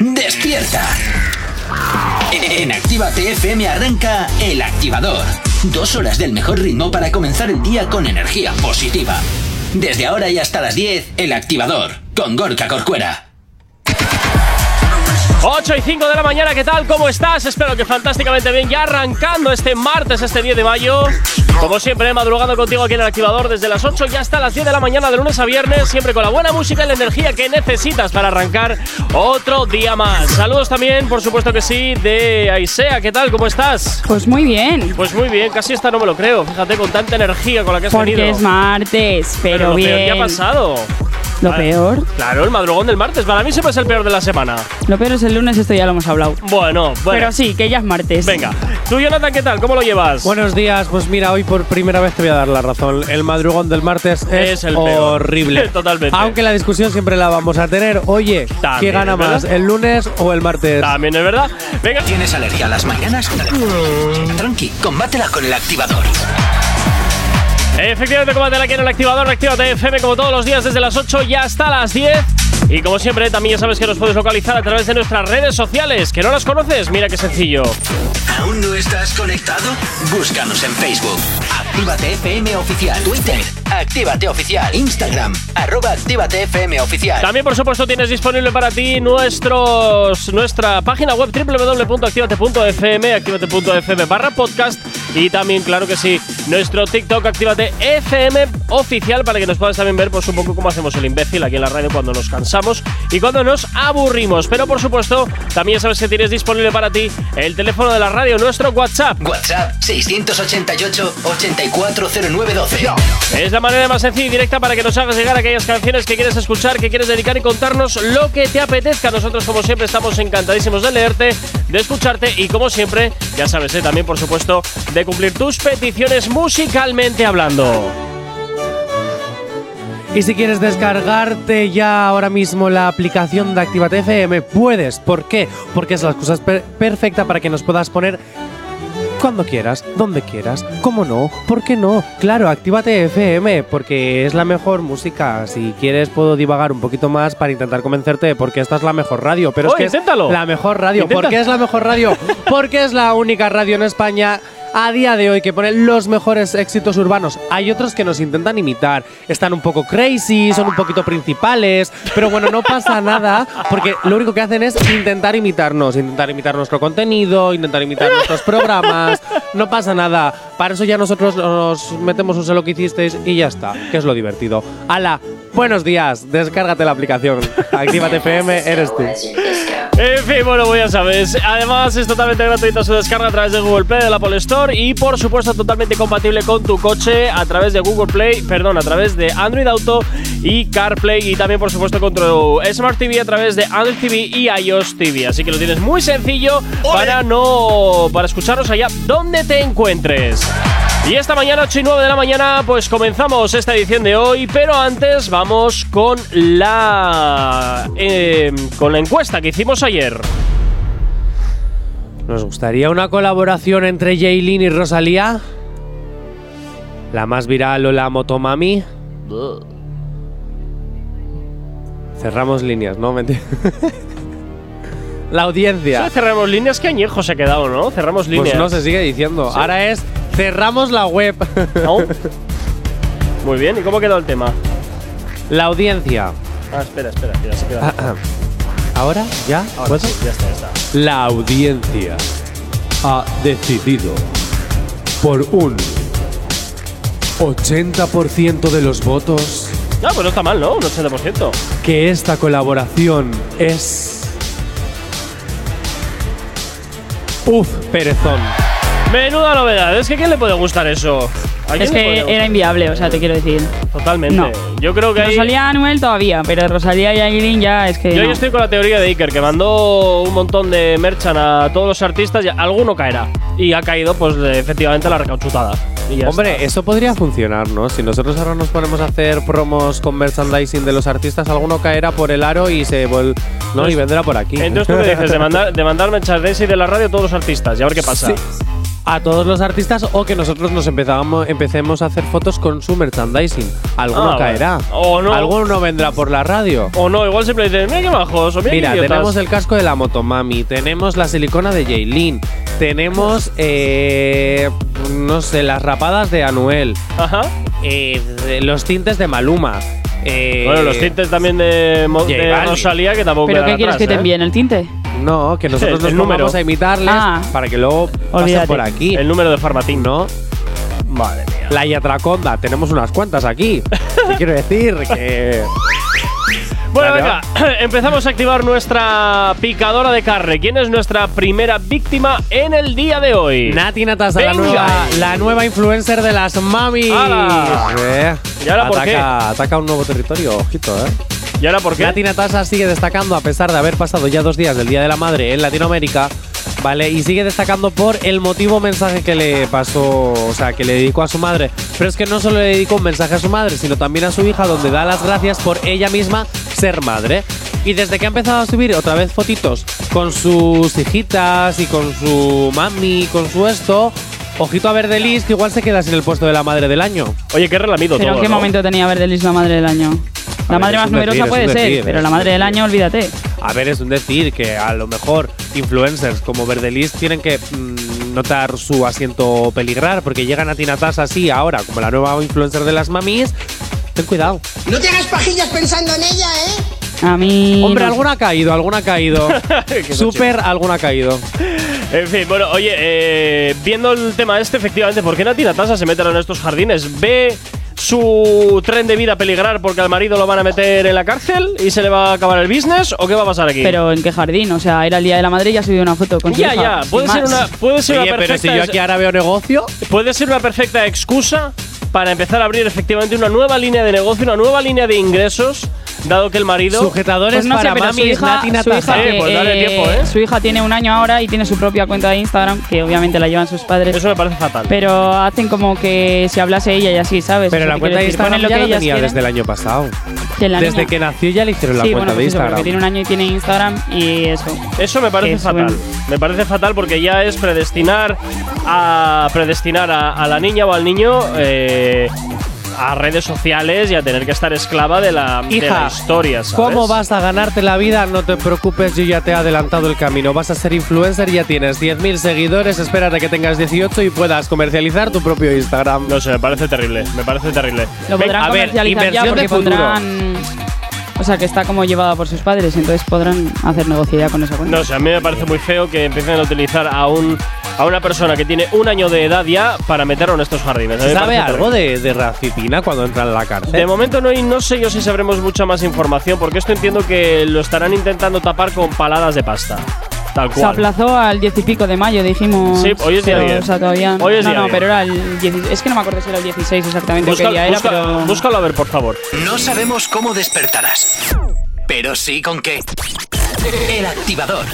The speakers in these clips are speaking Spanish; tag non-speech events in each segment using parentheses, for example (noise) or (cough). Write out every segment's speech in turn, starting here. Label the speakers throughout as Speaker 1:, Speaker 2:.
Speaker 1: despierta. En Activa TFM arranca El Activador. Dos horas del mejor ritmo para comenzar el día con energía positiva. Desde ahora y hasta las 10, El Activador, con Gorka Corcuera.
Speaker 2: 8 y 5 de la mañana, ¿qué tal? ¿Cómo estás? Espero que fantásticamente bien. Ya arrancando este martes, este 10 de mayo. Como siempre, madrugando contigo aquí en el activador desde las 8 y hasta las 10 de la mañana, de lunes a viernes, siempre con la buena música y la energía que necesitas para arrancar otro día más. Saludos también, por supuesto que sí, de Aisea. ¿Qué tal? ¿Cómo estás?
Speaker 3: Pues muy bien.
Speaker 2: Pues muy bien, casi esta no me lo creo. Fíjate con tanta energía con la que has
Speaker 3: Porque
Speaker 2: venido.
Speaker 3: es martes, pero,
Speaker 2: lo
Speaker 3: bien.
Speaker 2: peor que ha pasado.
Speaker 3: Lo
Speaker 2: Vale.
Speaker 3: peor.
Speaker 2: Claro, el madrugón del martes. Para mí siempre es el peor de la semana.
Speaker 3: Lo peor es el lunes, esto ya lo hemos hablado.
Speaker 2: Bueno, bueno.
Speaker 3: Pero sí, que ya es martes.
Speaker 2: Venga, tú Jonathan, ¿qué tal? ¿Cómo lo llevas?
Speaker 4: Buenos días, pues mira, hoy por primera vez te voy a dar la razón. El madrugón del martes es,
Speaker 2: Es el peor. (laughs)
Speaker 4: horrible.
Speaker 2: Totalmente.
Speaker 4: Aunque la discusión siempre la vamos a tener. Oye, ¿qué
Speaker 2: También,
Speaker 4: gana
Speaker 2: ¿verdad?
Speaker 4: más, el lunes o el martes?
Speaker 2: También es verdad. Venga,
Speaker 1: ¿Tienes alergia a las mañanas? Tranqui, combátela con El Activador.
Speaker 2: efectivamente, combate aquí en el activador, actívate FM como todos los días desde las 8 y hasta las 10. Y como siempre, también ya sabes que nos puedes localizar a través de nuestras redes sociales. ¿Que no las conoces? Mira qué sencillo.
Speaker 1: ¿Aún no estás conectado? Búscanos en Facebook. Actívate FM Oficial. Twitter. Actívate Oficial. Instagram. Arroba Actívate FM Oficial.
Speaker 2: También, por supuesto, tienes disponible para ti nuestros, nuestra página web www.activate.fm, activate.fm barra podcast. Y también, claro que sí, nuestro TikTok, Activate FM oficial, para que nos puedas también ver pues, un poco cómo hacemos el imbécil aquí en la radio cuando nos cansamos y cuando nos aburrimos. Pero, por supuesto, también sabes que tienes disponible para ti el teléfono de la radio, nuestro WhatsApp.
Speaker 1: WhatsApp 688 840912.
Speaker 2: Es la manera más sencilla y directa para que nos hagas llegar aquellas canciones que quieres escuchar, que quieres dedicar y contarnos lo que te apetezca. Nosotros, como siempre, estamos encantadísimos de leerte, de escucharte y, como siempre, ya sabes, ¿eh? también, por supuesto, de cumplir tus peticiones musicalmente hablando.
Speaker 4: Y si quieres descargarte ya ahora mismo la aplicación de Actívate FM, puedes. ¿Por qué? Porque es la excusa per- perfecta para que nos puedas poner cuando quieras, donde quieras, cómo no, por qué no. Claro, Actívate FM, porque es la mejor música. Si quieres puedo divagar un poquito más para intentar convencerte de por qué esta es la mejor radio. Pero
Speaker 2: Oh,
Speaker 4: es que es
Speaker 2: inténtalo.
Speaker 4: la mejor radio.
Speaker 2: Inténtalo.
Speaker 4: ¿Por qué es la mejor radio? porque es la única radio en España a día de hoy que pone los mejores éxitos urbanos. Hay otros que nos intentan imitar, están un poco crazy, son un poquito principales, pero bueno, no pasa nada, porque lo único que hacen es intentar imitarnos, intentar imitar nuestro contenido, intentar imitar nuestros programas, no pasa nada. Para eso ya nosotros nos metemos un sé lo que hicisteis y ya está, que es lo divertido. ¡Hala! Buenos días, descárgate la aplicación. Actívate FM, eres tú.
Speaker 2: En fin, bueno, pues ya sabes. Además, es totalmente gratuita su descarga a través de Google Play, de la Apple Store y, por supuesto, totalmente compatible con tu coche a través de Google Play, perdón, a través de Android Auto y CarPlay y también, por supuesto, con tu Smart TV a través de Android TV y iOS TV. Así que lo tienes muy sencillo para no. para escucharnos allá donde te encuentres. Y esta mañana, 8 y 9 de la mañana, pues comenzamos esta edición de hoy, pero antes vamos con la. eh, con la encuesta que hicimos ayer.
Speaker 4: ¿Nos gustaría una colaboración entre Jaylin y Rosalía? ¿La más viral o la motomami? Cerramos líneas,
Speaker 2: (laughs)
Speaker 4: ¿no? Mentira. la audiencia.
Speaker 2: Sí, cerramos líneas, que añejo se ha quedado, ¿no? Cerramos líneas.
Speaker 4: Pues no se sigue diciendo.
Speaker 2: Sí.
Speaker 4: Ahora es cerramos
Speaker 2: (laughs)
Speaker 4: la web.
Speaker 2: No. Muy bien, ¿y cómo ha quedado el tema?
Speaker 4: la audiencia.
Speaker 2: Ah, espera, espera, mira, se queda.
Speaker 3: Ah.
Speaker 4: ¿Ahora? ¿Ya?
Speaker 2: Ahora
Speaker 4: ¿Puedo?
Speaker 2: sí, ya está, ya está.
Speaker 4: La audiencia ha decidido por un 80% de los votos
Speaker 2: No, pues no está mal, ¿no? Un 80%.
Speaker 4: que esta colaboración es. Uf, perezón.
Speaker 2: Menuda novedad, es que ¿a quién le puede gustar eso? ¿A quién
Speaker 3: Es
Speaker 2: le
Speaker 3: que
Speaker 2: puede
Speaker 3: era inviable, o sea, te quiero decir.
Speaker 2: gustar? Totalmente.
Speaker 3: No.
Speaker 2: Yo creo que ahí-
Speaker 3: Rosalía Anuel todavía, pero Rosalía y Aileen ya es que.
Speaker 2: Yo
Speaker 3: no.
Speaker 2: ya estoy con la teoría de Iker, que mandó un montón de merchan a todos los artistas y alguno caerá. Y ha caído, pues, efectivamente, la recauchutada. Y ya
Speaker 4: Hombre,
Speaker 2: está.
Speaker 4: eso podría funcionar, ¿no? Si nosotros ahora nos ponemos a hacer promos con merchandising de los artistas, alguno caerá por el aro y se vol no, y vendrá por aquí.
Speaker 2: Entonces tú me dices, de mandar, de mandar merchandising de la radio a todos los artistas y a ver qué pasa.
Speaker 4: Sí. a todos los artistas o que nosotros nos empezábamos- empecemos a hacer fotos con su merchandising. Alguno
Speaker 2: Ah, vale.
Speaker 4: caerá.
Speaker 2: O no.
Speaker 4: Alguno vendrá por la radio.
Speaker 2: O no, igual siempre dicen, mira qué majos, o mira,
Speaker 4: Mira,
Speaker 2: qué idiotas".
Speaker 4: tenemos el casco de la Motomami, tenemos la silicona de Jaylin, tenemos, eh, no sé, las rapadas de Anuel,
Speaker 2: Ajá.
Speaker 4: eh, de- los tintes de Maluma. eh,
Speaker 2: bueno, los tintes también de, Mo-
Speaker 4: J
Speaker 2: de
Speaker 4: Balvin.
Speaker 2: Rosalía, que tampoco
Speaker 3: ¿Pero
Speaker 2: quedan
Speaker 3: qué quieres
Speaker 2: atrás,
Speaker 3: que te
Speaker 2: ¿eh?
Speaker 3: envíen el tinte?
Speaker 4: No, que nosotros
Speaker 2: (laughs) El
Speaker 4: nos
Speaker 2: número.
Speaker 4: vamos a imitarles
Speaker 3: Ah.
Speaker 4: para que luego pasen
Speaker 3: Olvídate.
Speaker 4: por aquí.
Speaker 2: El número de Farmatín, ¿no?
Speaker 4: ¿No? Madre mía. La Yatraconda, tenemos unas
Speaker 2: (laughs)
Speaker 4: cuantas aquí. Te quiero decir que.
Speaker 2: Bueno,
Speaker 4: Claro.
Speaker 2: venga, (clears throat) empezamos a activar nuestra picadora de carne. ¿Quién es nuestra primera víctima en el día de hoy?
Speaker 4: Nati Natasa, la
Speaker 2: Venga.
Speaker 4: nueva, la nueva influencer de las mamis.
Speaker 2: ¡Hala!
Speaker 4: Eh,
Speaker 2: ¿Y ahora por
Speaker 4: ataca,
Speaker 2: qué?
Speaker 4: ataca un nuevo territorio, ojito, eh.
Speaker 2: ¿Y ahora por qué?
Speaker 4: Nati Natasa sigue destacando a pesar de haber pasado ya dos días del Día de la Madre en Latinoamérica, ¿vale? Y sigue destacando por el motivo mensaje que le pasó, o sea, que le dedicó a su madre. Pero es que no solo le dedicó un mensaje a su madre, sino también a su hija, donde da las gracias por ella misma ser madre. Y desde que ha empezado a subir otra vez fotitos con sus hijitas y con su mami, con su esto, ojito a ver de Liz, que igual se queda sin el puesto de la madre del año.
Speaker 2: Oye, qué relamido
Speaker 3: ¿Pero
Speaker 2: todo,
Speaker 3: en qué
Speaker 2: ¿no?
Speaker 3: momento tenía Verdelis la madre del año?
Speaker 4: A
Speaker 3: La
Speaker 4: ver,
Speaker 3: madre
Speaker 4: es
Speaker 3: más
Speaker 4: un decir,
Speaker 3: numerosa
Speaker 4: es
Speaker 3: puede
Speaker 4: un
Speaker 3: ser,
Speaker 4: decir,
Speaker 3: pero
Speaker 4: es
Speaker 3: la
Speaker 4: un
Speaker 3: madre del
Speaker 4: decir.
Speaker 3: año, olvídate.
Speaker 4: A ver, es un decir que a lo mejor influencers como Verdelis tienen que mm, notar su asiento peligrar porque llegan a Tinatas así ahora, como la nueva influencer de las mamis. Ten cuidado.
Speaker 5: No te hagas pajillas pensando en ella, ¿eh?
Speaker 3: A mí.
Speaker 4: Hombre,
Speaker 3: no sé.
Speaker 4: alguna ha caído, alguna
Speaker 3: (laughs)
Speaker 4: ha caído.
Speaker 2: Qué
Speaker 4: Súper, alguna ha caído.
Speaker 2: (laughs) En fin, bueno, oye, eh, viendo el tema este, efectivamente, ¿por qué Nati Natasa se mete en estos jardines? ¿Ve su tren de vida peligrar porque al marido lo van a meter en la cárcel y se le va a acabar el business? ¿O qué va a pasar aquí?
Speaker 3: Pero en qué jardín, o sea, era el día de la madre y ya subió una foto con su
Speaker 2: ya,
Speaker 3: hija,
Speaker 2: ya,
Speaker 3: sin
Speaker 2: puede ser,
Speaker 3: más.
Speaker 2: una, puede, ser
Speaker 4: Oye,
Speaker 2: una
Speaker 4: pero si yo aquí
Speaker 2: perfecta,
Speaker 4: ahora veo negocio,
Speaker 2: puede ser una perfecta excusa para empezar a abrir efectivamente una nueva línea de negocio, una nueva línea de ingresos, dado que el marido.
Speaker 4: sujetadores
Speaker 3: Pues no sé,
Speaker 4: para
Speaker 3: pero su
Speaker 4: mamis,
Speaker 3: hija,
Speaker 4: Nati
Speaker 3: su
Speaker 4: Natasa.
Speaker 3: hija,
Speaker 2: Eh,
Speaker 3: que,
Speaker 2: pues dale
Speaker 3: eh,
Speaker 2: tiempo, ¿eh?
Speaker 3: su hija tiene un año ahora y tiene su propia cuenta de Instagram, que obviamente la llevan sus padres.
Speaker 2: Eso me parece fatal.
Speaker 3: Pero hacen como que si hablase ella y así, ¿sabes?
Speaker 4: Pero
Speaker 3: O sea,
Speaker 4: la
Speaker 3: te
Speaker 4: cuenta
Speaker 3: quiero
Speaker 4: de
Speaker 3: decir,
Speaker 4: Instagram
Speaker 3: ponen lo
Speaker 4: ya
Speaker 3: que
Speaker 4: la
Speaker 3: ellas
Speaker 4: tenía
Speaker 3: quieren
Speaker 4: desde el año pasado.
Speaker 3: de la
Speaker 4: Desde
Speaker 3: niña.
Speaker 4: que nació ya le hicieron la
Speaker 3: sí, bueno,
Speaker 4: cuenta de
Speaker 3: pues eso, porque
Speaker 4: Instagram.
Speaker 3: tiene un año y tiene Instagram y eso.
Speaker 2: Eso me parece
Speaker 3: Eso,
Speaker 2: fatal.
Speaker 3: bueno.
Speaker 2: Me parece fatal porque ya es predestinar a predestinar a, a la niña o al niño eh, a redes sociales y a tener que estar esclava de la, de
Speaker 4: Hija,
Speaker 2: la historia. ¿sabes?
Speaker 4: ¿Cómo vas a ganarte la vida? No te preocupes, yo ya te he adelantado el camino. Vas a ser influencer, ya tienes 10.000 seguidores, espérate que tengas 18 y puedas comercializar tu propio Instagram.
Speaker 2: No sé, me parece terrible. Me parece terrible.
Speaker 3: Lo
Speaker 2: Ven,
Speaker 3: podrán
Speaker 2: a ver,
Speaker 3: comercializar ya
Speaker 4: inversión de
Speaker 3: porque
Speaker 4: futuro.
Speaker 3: pondrán. O sea, que está como llevada por sus padres, entonces podrán hacer negocio ya con esa cuenta.
Speaker 2: no sé, a mí me parece muy feo que empiecen a utilizar a un a una persona que tiene un año de edad ya para meterlo en estos jardines. A mí
Speaker 4: ¿Se
Speaker 2: me
Speaker 4: sabe
Speaker 2: parece
Speaker 4: algo
Speaker 2: terrible.
Speaker 4: de, de Racitina cuando entra en la cárcel?
Speaker 2: De momento no, y no sé yo si sabremos mucha más información, porque esto entiendo que lo estarán intentando tapar con paladas de pasta. Tal
Speaker 3: Se
Speaker 2: cual.
Speaker 3: aplazó al diez y pico de mayo, dijimos.
Speaker 2: Sí, hoy es día
Speaker 3: pero,
Speaker 2: 10.
Speaker 3: O sea, todavía.
Speaker 2: Hoy es
Speaker 3: no,
Speaker 2: día
Speaker 3: no,
Speaker 2: 10.
Speaker 3: pero era el 16. Es que no me acuerdo si era el 16 exactamente
Speaker 2: Busca-
Speaker 3: qué día era,
Speaker 2: busca-
Speaker 3: pero.
Speaker 2: Búscalo a ver, por favor.
Speaker 1: No sabemos cómo despertarás, pero sí con qué. El activador.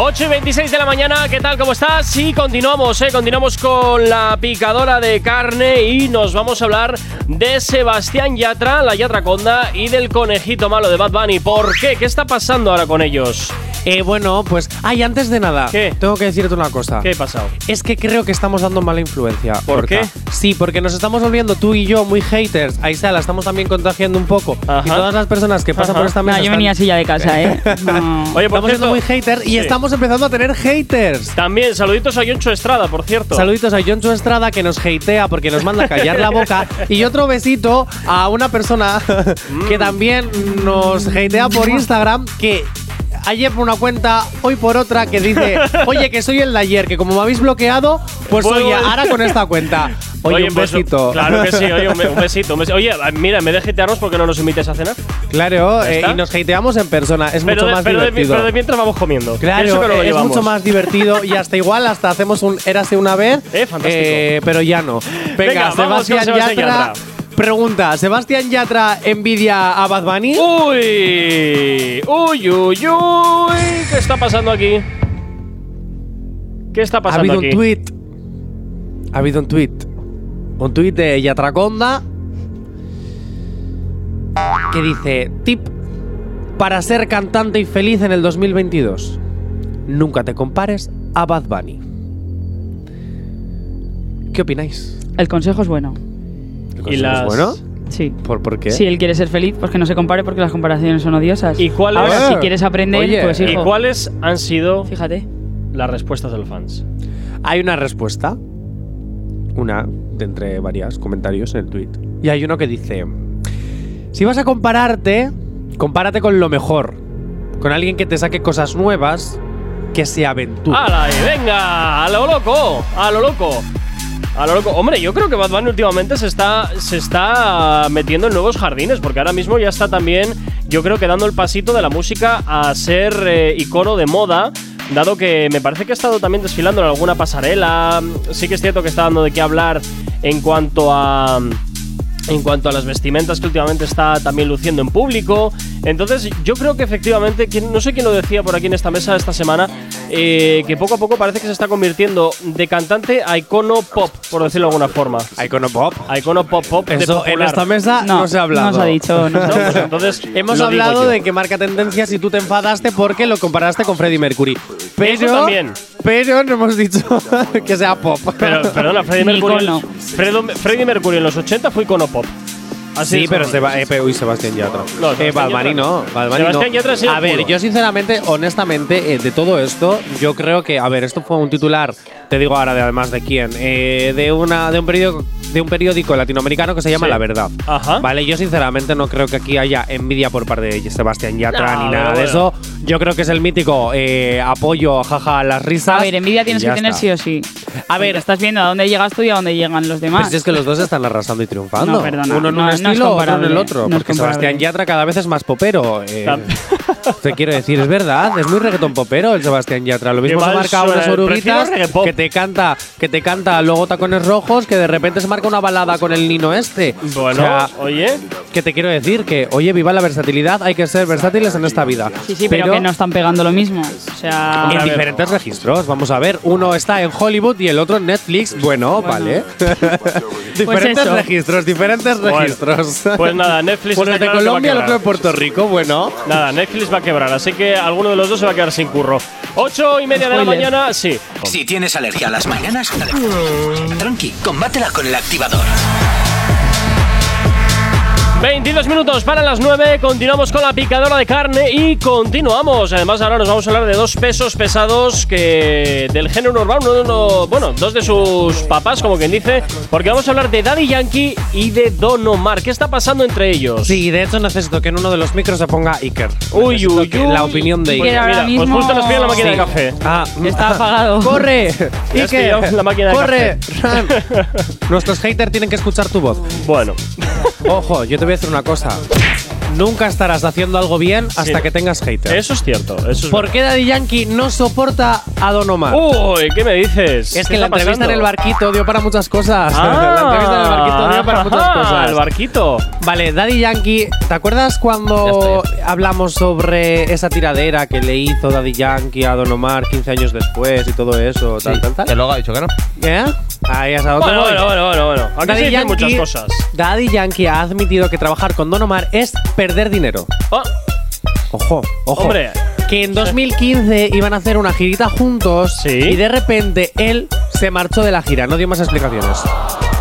Speaker 2: 8 y 26 de la mañana, ¿qué tal? ¿Cómo estás? Sí, continuamos, ¿eh? Continuamos con la picadora de carne y nos vamos a hablar de Sebastián Yatra, la Yatra Conda y del conejito malo de Bad Bunny. ¿Por qué? ¿Qué está pasando ahora con ellos?
Speaker 4: Eh, bueno, pues. Ay, antes de nada,
Speaker 2: ¿Qué?
Speaker 4: tengo que decirte una cosa.
Speaker 2: ¿Qué ha pasado?
Speaker 4: Es que creo que estamos dando mala influencia.
Speaker 2: ¿Por
Speaker 4: Gorka.
Speaker 2: qué?
Speaker 4: Sí, porque nos estamos volviendo tú y yo muy haters. Ahí está, la estamos también contagiando un poco.
Speaker 2: Ajá.
Speaker 4: Y todas las personas que pasan
Speaker 2: Ajá.
Speaker 4: por esta
Speaker 3: No,
Speaker 4: mesa.
Speaker 3: yo
Speaker 4: están-
Speaker 3: venía así ya de
Speaker 2: (laughs)
Speaker 3: casa, ¿eh? No.
Speaker 2: Oye, por
Speaker 4: Estamos siendo
Speaker 2: cierto,
Speaker 4: muy haters y
Speaker 2: sí.
Speaker 4: estamos empezando a tener haters.
Speaker 2: También, saluditos a Yoncho Estrada, por cierto.
Speaker 4: Saluditos a Joncho Estrada que nos hatea porque nos manda a callar la
Speaker 2: (laughs)
Speaker 4: boca. Y otro besito a una persona
Speaker 2: Mm.
Speaker 4: que también nos hatea por Instagram que. Ayer por una cuenta, hoy por otra, que dice, oye, que soy el de ayer, que como me habéis bloqueado, pues
Speaker 2: Bueno,
Speaker 4: oye,
Speaker 2: bueno.
Speaker 4: ahora con esta cuenta. Oye, un
Speaker 2: pues,
Speaker 4: besito.
Speaker 2: claro que sí, oye, un be- un besito. un besito. Oye, mira, me deje tearnos porque no nos invites a cenar.
Speaker 4: (laughs) claro,
Speaker 2: ¿Ya
Speaker 4: eh,
Speaker 2: está?
Speaker 4: y nos hateamos en persona, es
Speaker 2: Pero
Speaker 4: mucho
Speaker 2: de,
Speaker 4: más
Speaker 2: pero de-
Speaker 4: divertido.
Speaker 2: pero de mientras vamos comiendo. Eso
Speaker 4: Claro,
Speaker 2: que no lo
Speaker 4: eh, es
Speaker 2: llevamos.
Speaker 4: mucho más divertido y hasta igual hasta hacemos un érase una vez,
Speaker 2: Eh, fantástico.
Speaker 4: eh, pero ya no.
Speaker 2: Venga,
Speaker 4: Venga,
Speaker 2: vamos con
Speaker 4: Sebastián,
Speaker 2: Sebastián
Speaker 4: Yatra, pregunta, ¿Sebastián Yatra envidia a Bad Bunny?
Speaker 2: Uh, Uy, uy, uy, uy, ¿qué está pasando aquí? ¿Qué está
Speaker 4: ha
Speaker 2: pasando
Speaker 4: habido
Speaker 2: aquí?
Speaker 4: un tweet. Ha habido un tweet. Un tweet de Yatraconda que dice, tip para ser cantante y feliz en el 2022. Nunca te compares a Bad Bunny. ¿Qué opináis?
Speaker 3: El consejo es bueno.
Speaker 2: ¿Y las-
Speaker 4: Bueno,
Speaker 3: Sí.
Speaker 4: ¿por, por qué?
Speaker 3: Si él quiere ser feliz, pues que no se compare porque las comparaciones son odiosas.
Speaker 2: ¿Y cuál
Speaker 3: Ahora, si
Speaker 4: es-
Speaker 3: quieres aprender,
Speaker 4: Ah, Oye,
Speaker 3: pues hijo.
Speaker 2: ¿Y cuáles han sido
Speaker 3: Fíjate.
Speaker 2: las respuestas de los fans?
Speaker 4: Hay una respuesta, una de entre varias comentarios en el tweet. Y hay uno que dice: Si vas a compararte, compárate con lo mejor, con alguien que te saque cosas nuevas, que se aventure.
Speaker 2: ¡Hala, ahí, venga! ¡A lo loco! ¡A lo loco! A lo loco. Hombre, yo creo que Bad Bunny últimamente se está, se está metiendo en nuevos jardines, porque ahora mismo ya está también, yo creo que dando el pasito de la música a ser eh, icono de moda, dado que me parece que ha estado también desfilando en alguna pasarela. Sí que es cierto que está dando de qué hablar en cuanto a... En cuanto a las vestimentas que últimamente está también luciendo en público. Entonces, yo creo que efectivamente, quién- no sé quién lo decía por aquí en esta mesa esta semana, eh, que poco a poco parece que se está convirtiendo de cantante a icono pop, por decirlo de alguna forma.
Speaker 4: Icono Pop.
Speaker 2: A icono pop pop. de
Speaker 4: Eso en
Speaker 2: popular.
Speaker 4: esta mesa Ah, no, se ha hablado.
Speaker 3: No se ha dicho. no se
Speaker 2: No,
Speaker 3: ha
Speaker 4: (laughs)
Speaker 2: pues
Speaker 3: dicho.
Speaker 2: entonces,
Speaker 4: Hemos
Speaker 2: lo digo
Speaker 4: hablado
Speaker 2: yo.
Speaker 4: de que marca tendencias y tú te enfadaste porque lo comparaste con Freddie Mercury. Pero
Speaker 2: también.
Speaker 4: Pero no hemos dicho (laughs) que sea pop.
Speaker 2: Pero,
Speaker 4: (laughs)
Speaker 2: perdona, Freddie
Speaker 3: Ni
Speaker 2: Mercury.
Speaker 3: icono.
Speaker 2: Fredo- Freddie Mercury en los 80 fue icono pop. Así
Speaker 4: Sí,
Speaker 2: es.
Speaker 4: pero Seba, eh, pero- uy, Sebastián Yatra.
Speaker 2: No,
Speaker 4: Eh,
Speaker 2: Sebastián
Speaker 4: Balmarí
Speaker 2: Yatra.
Speaker 4: no. Balmarí
Speaker 2: Sebastián
Speaker 4: no.
Speaker 2: Yatra sí,
Speaker 4: A ver,
Speaker 2: puro.
Speaker 4: yo sinceramente, honestamente, eh, de todo esto, yo creo que, a ver, esto fue un titular, te digo ahora de además de quién, eh, de una, de un periódico, de un periódico latinoamericano que se llama
Speaker 2: Sí.
Speaker 4: La Verdad.
Speaker 2: Ajá.
Speaker 4: Vale, yo sinceramente no creo que aquí haya envidia por parte de Sebastián Yatra
Speaker 2: No,
Speaker 4: ni
Speaker 2: pero
Speaker 4: nada de
Speaker 2: bueno.
Speaker 4: eso. Yo creo que es el mítico eh, apoyo, jaja, a las risas.
Speaker 3: A ver, envidia
Speaker 4: y
Speaker 3: tienes
Speaker 4: ya
Speaker 3: que tener
Speaker 4: está.
Speaker 3: sí o sí.
Speaker 4: A ver.
Speaker 3: estás viendo a dónde llegas tú y a dónde llegan los demás.
Speaker 4: Pues es que los dos están arrasando y triunfando.
Speaker 3: No, perdona,
Speaker 4: uno en
Speaker 3: no,
Speaker 4: un
Speaker 3: no es
Speaker 4: estilo, otro en el
Speaker 3: comparable,
Speaker 4: otro.
Speaker 3: no es
Speaker 4: porque Sebastián
Speaker 3: comparable.
Speaker 4: Yatra cada vez es más popero. eh,
Speaker 2: Tam-
Speaker 4: (laughs) te quiero decir, es verdad, es muy reggaetón popero el Sebastián Yatra. Lo mismo
Speaker 2: Igual
Speaker 4: se marca
Speaker 2: suena-
Speaker 4: unas oruguitas
Speaker 2: prefiero reggaepop.
Speaker 4: que te canta, que te canta luego tacones rojos, que de repente se marca una balada con el nino este.
Speaker 2: Bueno,
Speaker 4: O sea,
Speaker 2: oye.
Speaker 4: que te quiero decir que, oye, viva la versatilidad, hay que ser versátiles en esta vida.
Speaker 3: Sí, sí, pero, que no están pegando lo mismo. O sea,
Speaker 4: En
Speaker 2: ver.
Speaker 4: diferentes registros, vamos a ver. Uno está en Hollywood y el otro en Netflix.
Speaker 2: (laughs)
Speaker 4: Bueno, vale. diferentes
Speaker 3: eso.
Speaker 4: registros, diferentes
Speaker 2: Pues Bueno,
Speaker 4: registros.
Speaker 2: pues nada, Netflix
Speaker 4: Uno
Speaker 2: está
Speaker 4: es de
Speaker 2: claro que va a
Speaker 4: Colombia, el otro de
Speaker 2: quebrar.
Speaker 4: Puerto Rico. Bueno.
Speaker 2: Nada, Netflix va a quebrar, así que alguno de los dos se va a quedar sin curro. Ocho y media de la
Speaker 3: Spoiler.
Speaker 2: mañana, sí.
Speaker 1: Si tienes alergia a las mañanas, dale. tranqui, combátela con el activador.
Speaker 2: 22 minutos para las 9, continuamos con la picadora de carne y continuamos. Además, ahora nos vamos a hablar de dos pesos pesados que del género urbano, uno- uno- bueno, dos de sus papás, como quien dice, porque vamos a hablar de Daddy Yankee y de Don Omar. ¿Qué está pasando entre ellos?
Speaker 4: Sí, de hecho necesito que en uno de los micros se ponga Iker.
Speaker 2: Uy,
Speaker 4: Necesito
Speaker 2: uy,
Speaker 4: que-
Speaker 2: uy.
Speaker 4: La opinión de
Speaker 3: Iker
Speaker 4: Iker.
Speaker 3: ahora
Speaker 2: Mira, pues
Speaker 3: mismo-
Speaker 2: justo nos pide la máquina de
Speaker 4: Sí.
Speaker 2: café.
Speaker 4: Ah,
Speaker 3: está apagado.
Speaker 4: (laughs) ¡Corre!
Speaker 2: Ya has pillado
Speaker 4: ¡Iker!
Speaker 2: la máquina de
Speaker 4: ¡Corre! (laughs) Nuestros haters tienen que escuchar tu voz.
Speaker 2: Bueno,
Speaker 4: Ojo, yo te voy a decir una cosa. Nunca estarás haciendo algo bien hasta
Speaker 2: Sí.
Speaker 4: que tengas haters.
Speaker 2: eso es cierto. Eso es
Speaker 4: ¿Por qué Daddy Yankee no soporta a Don Omar?
Speaker 2: Uy, ¿qué me dices?
Speaker 4: es
Speaker 2: ¿Qué
Speaker 4: que la
Speaker 2: está pasando?
Speaker 4: entrevista en el barquito dio para muchas cosas.
Speaker 2: Ah,
Speaker 4: la entrevista (laughs) en el barquito dio para muchas
Speaker 2: ajá,
Speaker 4: cosas.
Speaker 2: El barquito.
Speaker 4: Vale, Daddy Yankee, ¿te acuerdas cuando hablamos sobre esa tiradera que le hizo Daddy Yankee a Don Omar 15 años después y todo eso? Tal, tal,
Speaker 6: Que
Speaker 4: tal?
Speaker 6: luego ha dicho que no.
Speaker 4: ¿Eh? Ahí has dado
Speaker 2: Bueno, bueno, bueno, bueno, bueno. Aquí se dicen muchas cosas.
Speaker 4: Daddy Yankee ha admitido que trabajar con Don Omar es perder dinero.
Speaker 2: Ah,
Speaker 4: Ojo, Oh, ojo.
Speaker 2: Hombre.
Speaker 4: Que en 2015 iban a hacer una girita juntos
Speaker 2: Sí.
Speaker 4: y de repente él se marchó de la gira, no dio más explicaciones.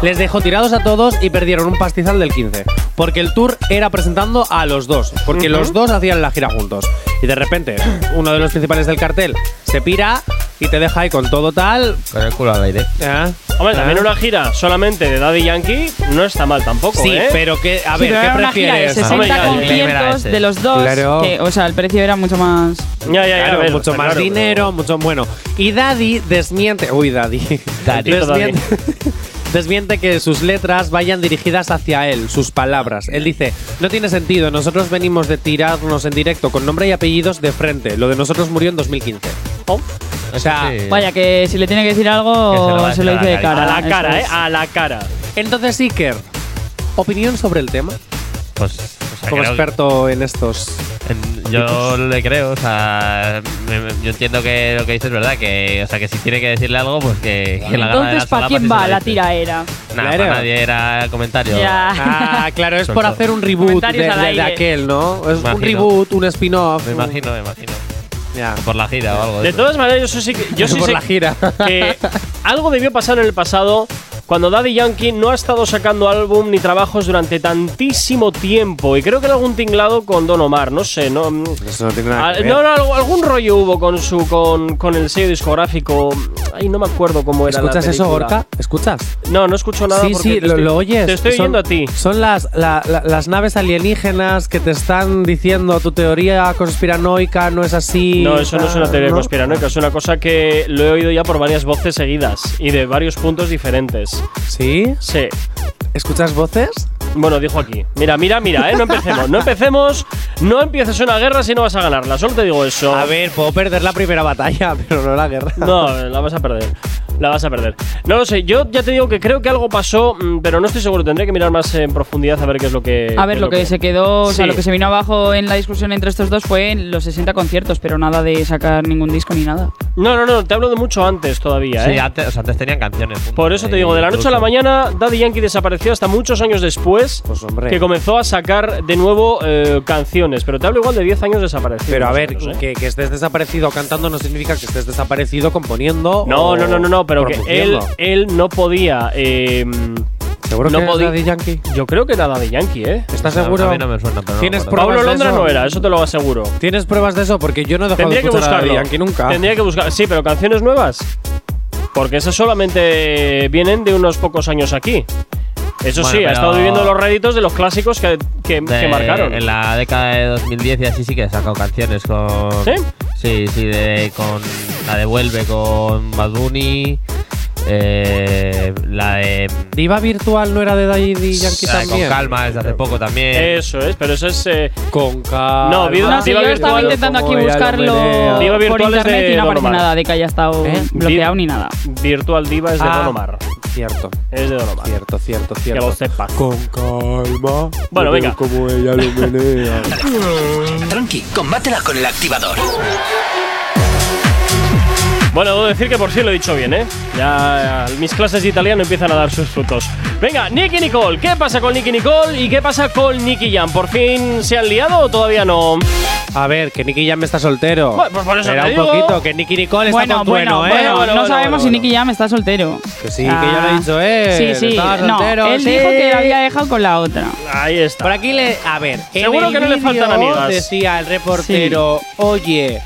Speaker 4: Les dejó tirados a todos y perdieron un pastizal del 15. Porque el tour era presentando a los dos, porque los dos hacían la gira juntos. Y de repente, uno de los principales del cartel se pira y te deja ahí con todo tal.
Speaker 6: Con el culo al aire.
Speaker 4: ¿eh?
Speaker 2: hombre,
Speaker 4: ¿eh?
Speaker 2: también una gira solamente de Daddy Yankee no está mal tampoco,
Speaker 4: Sí,
Speaker 2: ¿eh?
Speaker 4: pero que, a
Speaker 3: Sí,
Speaker 4: ver,
Speaker 3: pero
Speaker 4: ¿qué
Speaker 3: era una gira de
Speaker 4: prefieres?
Speaker 2: Hombre, ya,
Speaker 3: 60
Speaker 2: el
Speaker 6: primer
Speaker 3: conciertos
Speaker 6: ese.
Speaker 3: de los dos.
Speaker 4: Claro.
Speaker 3: que, o sea, el precio era mucho más.
Speaker 2: Ya, ya, ya.
Speaker 4: Claro,
Speaker 2: a ver,
Speaker 4: mucho
Speaker 2: está
Speaker 4: más
Speaker 2: claro,
Speaker 4: dinero, mucho bueno. Y Daddy desmiente, uy Daddy,
Speaker 6: Daddy.
Speaker 4: desmiente, (laughs) desmiente que sus letras vayan dirigidas hacia él, sus palabras. Él dice, no tiene sentido, nosotros venimos de tirarnos en directo con nombre y apellidos de frente. Lo de nosotros murió en 2015.
Speaker 2: Oh,
Speaker 4: O sea,
Speaker 6: Sí.
Speaker 3: Vaya, que si le tiene que decir
Speaker 6: Que se lo va
Speaker 3: algo,
Speaker 6: a
Speaker 3: se lo
Speaker 6: decir
Speaker 3: dice de
Speaker 6: a
Speaker 2: a
Speaker 3: cara.
Speaker 2: la cara, ¿eh?
Speaker 3: Eso es.
Speaker 2: A la cara.
Speaker 4: entonces Iker, opinión sobre el tema,
Speaker 6: Pues, o sea,
Speaker 4: como
Speaker 6: creo-
Speaker 4: experto en estos.
Speaker 6: en- yo le creo, o sea, me- me- yo entiendo que lo que dices es verdad, que, o sea, que si tiene que decirle algo, pues que, que la gana
Speaker 3: Entonces,
Speaker 6: de la solapa
Speaker 3: ¿para quién
Speaker 6: sí se
Speaker 3: va la
Speaker 6: dice.
Speaker 3: tiraera?
Speaker 6: Nah,
Speaker 4: Claro.
Speaker 6: para nadie era comentario.
Speaker 3: Ya.
Speaker 4: Ah, claro, es por
Speaker 6: Suelto.
Speaker 4: hacer un reboot de,
Speaker 3: Comentarios al
Speaker 4: de- de
Speaker 3: aire.
Speaker 4: aquel, ¿no? Es un
Speaker 6: Imagino.
Speaker 4: reboot, un spin-off.
Speaker 6: Me
Speaker 4: un-
Speaker 6: imagino, me imagino.
Speaker 4: Ya.
Speaker 6: Por la gira o algo.
Speaker 2: De
Speaker 6: eso.
Speaker 2: todas maneras, yo, sí, que- yo sí
Speaker 4: (laughs) Por
Speaker 2: sé
Speaker 4: la gira.
Speaker 2: que algo debió pasar en el pasado cuando Daddy Yankee no ha estado sacando álbum ni trabajos durante tantísimo tiempo. Y creo que era algún tinglado con Don Omar, no sé, no. mm,
Speaker 4: Eso no tiene nada
Speaker 2: Ah,
Speaker 4: que ver.
Speaker 2: No, no, algo- algún rollo hubo con su con, con el sello discográfico. Ay, no me acuerdo cómo era. la
Speaker 4: ¿Escuchas eso,
Speaker 2: película.
Speaker 4: Gorka? ¿Escuchas?
Speaker 2: No, no escucho nada.
Speaker 4: sí,
Speaker 2: porque
Speaker 4: sí,
Speaker 2: te
Speaker 4: lo,
Speaker 2: estoy-
Speaker 4: lo oyes.
Speaker 2: Te estoy
Speaker 4: Son-
Speaker 2: oyendo a ti.
Speaker 4: Son las, la- la- las naves alienígenas que te están diciendo tu teoría conspiranoica no es así.
Speaker 2: No, eso no es una teoría
Speaker 4: Ah, ¿no?
Speaker 2: conspiranoica, es una cosa que lo he oído ya por varias voces seguidas y de varios puntos diferentes.
Speaker 4: ¿Sí?
Speaker 2: Sí.
Speaker 4: ¿Escuchas voces?
Speaker 2: Bueno, dijo aquí. Mira, mira, mira, ¿eh? No empecemos, no empecemos. No empieces una guerra si no vas a ganarla. Solo te digo eso.
Speaker 4: A ver, puedo perder la primera batalla,
Speaker 2: (laughs)
Speaker 4: pero no la guerra.
Speaker 2: No, la vas a perder. La vas a perder. No lo sé, yo ya te digo que creo que algo pasó, mm, pero no estoy seguro. Tendré que mirar más en profundidad a ver qué es lo que.
Speaker 3: A ver, lo que se quedó, o sea,
Speaker 2: Sí.
Speaker 3: lo que se vino abajo en la discusión entre estos dos fue en los 60 conciertos, pero nada de sacar ningún disco ni nada.
Speaker 2: No, no, no, te hablo de mucho antes todavía,
Speaker 6: Sí,
Speaker 2: ¿eh?
Speaker 6: antes, o sea, antes tenían canciones. punto.
Speaker 2: Por eso te digo, de la noche a la mañana, Daddy Yankee desapareció hasta muchos años después
Speaker 4: Pues hombre.
Speaker 2: que comenzó a sacar de nuevo eh, canciones. Pero te hablo igual de 10 años desaparecido.
Speaker 4: Pero a
Speaker 2: más o
Speaker 4: ver,
Speaker 2: menos, ¿eh?
Speaker 4: que, que estés desaparecido cantando no significa que estés desaparecido componiendo.
Speaker 2: No,
Speaker 4: o
Speaker 2: no, no, no, no, pero que él,
Speaker 4: produciendo.
Speaker 2: él no podía. eh,
Speaker 4: Seguro
Speaker 2: no
Speaker 4: que es
Speaker 2: podí-
Speaker 4: Daddy Yankee.
Speaker 2: yo creo que era Daddy Yankee, ¿eh?
Speaker 4: ¿Estás
Speaker 6: No,
Speaker 4: seguro?
Speaker 6: a mí no me suena, pero no
Speaker 4: ¿Tienes
Speaker 6: me acuerdo.
Speaker 4: pruebas
Speaker 2: Pablo
Speaker 4: de
Speaker 2: Londra
Speaker 4: eso?
Speaker 2: no era, eso te lo aseguro.
Speaker 4: ¿Tienes pruebas de eso? Porque yo no he dejado
Speaker 2: Tendría
Speaker 4: de
Speaker 2: que
Speaker 4: escuchar a
Speaker 2: buscarlo.
Speaker 4: Daddy Yankee nunca.
Speaker 2: Tendría que buscar. Sí, pero canciones nuevas. Porque esas solamente vienen de unos pocos años aquí. Eso
Speaker 6: Bueno,
Speaker 2: sí, ha
Speaker 6: pero-
Speaker 2: estado viviendo los réditos de los clásicos que, que-
Speaker 6: De-
Speaker 2: que marcaron.
Speaker 6: En la década de 2010 y así sí que he sacado canciones con.
Speaker 2: ¿Sí?
Speaker 6: Sí, sí, de, con la de Vuelve con Bad Bunny. eh, la de.
Speaker 4: Diva Virtual no era de Daddy Yankee
Speaker 6: la de con
Speaker 4: también.
Speaker 6: Calma, es de hace poco también.
Speaker 2: Eso es, pero eso es. eh,
Speaker 4: Con calma.
Speaker 2: No, Diva-
Speaker 3: No, sí, yo
Speaker 2: Diva
Speaker 3: estaba
Speaker 2: virtual,
Speaker 3: intentando aquí buscarlo
Speaker 2: Diva
Speaker 3: por
Speaker 2: virtual es
Speaker 3: internet
Speaker 2: de
Speaker 3: y no
Speaker 2: Don
Speaker 3: aparece
Speaker 2: Omar.
Speaker 3: nada de que haya estado
Speaker 4: ¿Eh?
Speaker 3: bloqueado
Speaker 2: Di-
Speaker 3: ni nada.
Speaker 2: Virtual Diva es de
Speaker 4: Ah.
Speaker 2: Don Omar.
Speaker 4: Cierto,
Speaker 2: Es de Don Omar.
Speaker 4: cierto, cierto,
Speaker 2: Que
Speaker 4: cierto.
Speaker 2: lo sepas.
Speaker 4: Con calma.
Speaker 2: Bueno, venga.
Speaker 4: Como ella lo
Speaker 2: (laughs)
Speaker 4: menea.
Speaker 1: Tranqui, combátela con el activador.
Speaker 2: Bueno, debo decir que por sí lo he dicho bien, ¿eh? Ya eh, mis clases de italiano empiezan a dar sus frutos. Venga, Nicky Nicole. ¿Qué pasa con Nicky Nicole y qué pasa con Nicky Jam? ¿Por fin se han liado o todavía no?
Speaker 4: A ver, que Nicky Jam está soltero.
Speaker 2: Bueno, pues por eso
Speaker 4: Espera
Speaker 2: te
Speaker 4: un
Speaker 2: digo.
Speaker 4: poquito, que Nicky Nicole está
Speaker 3: Bueno,
Speaker 4: con
Speaker 3: bueno,
Speaker 4: trueno,
Speaker 3: bueno,
Speaker 4: ¿eh?
Speaker 3: no
Speaker 2: bueno, bueno,
Speaker 3: sabemos si
Speaker 2: bueno.
Speaker 3: Nicky Jam está soltero. Ah.
Speaker 4: Que sí, que ya lo ha dicho él,
Speaker 3: Sí, sí,
Speaker 4: estaba soltero,
Speaker 3: no, él
Speaker 4: sí.
Speaker 3: dijo que la había dejado con la otra.
Speaker 2: Ahí está.
Speaker 4: Por aquí le. A ver, en
Speaker 2: Seguro
Speaker 4: el
Speaker 2: que no le faltan
Speaker 4: vídeo
Speaker 2: amigas.
Speaker 4: Decía el reportero, oye.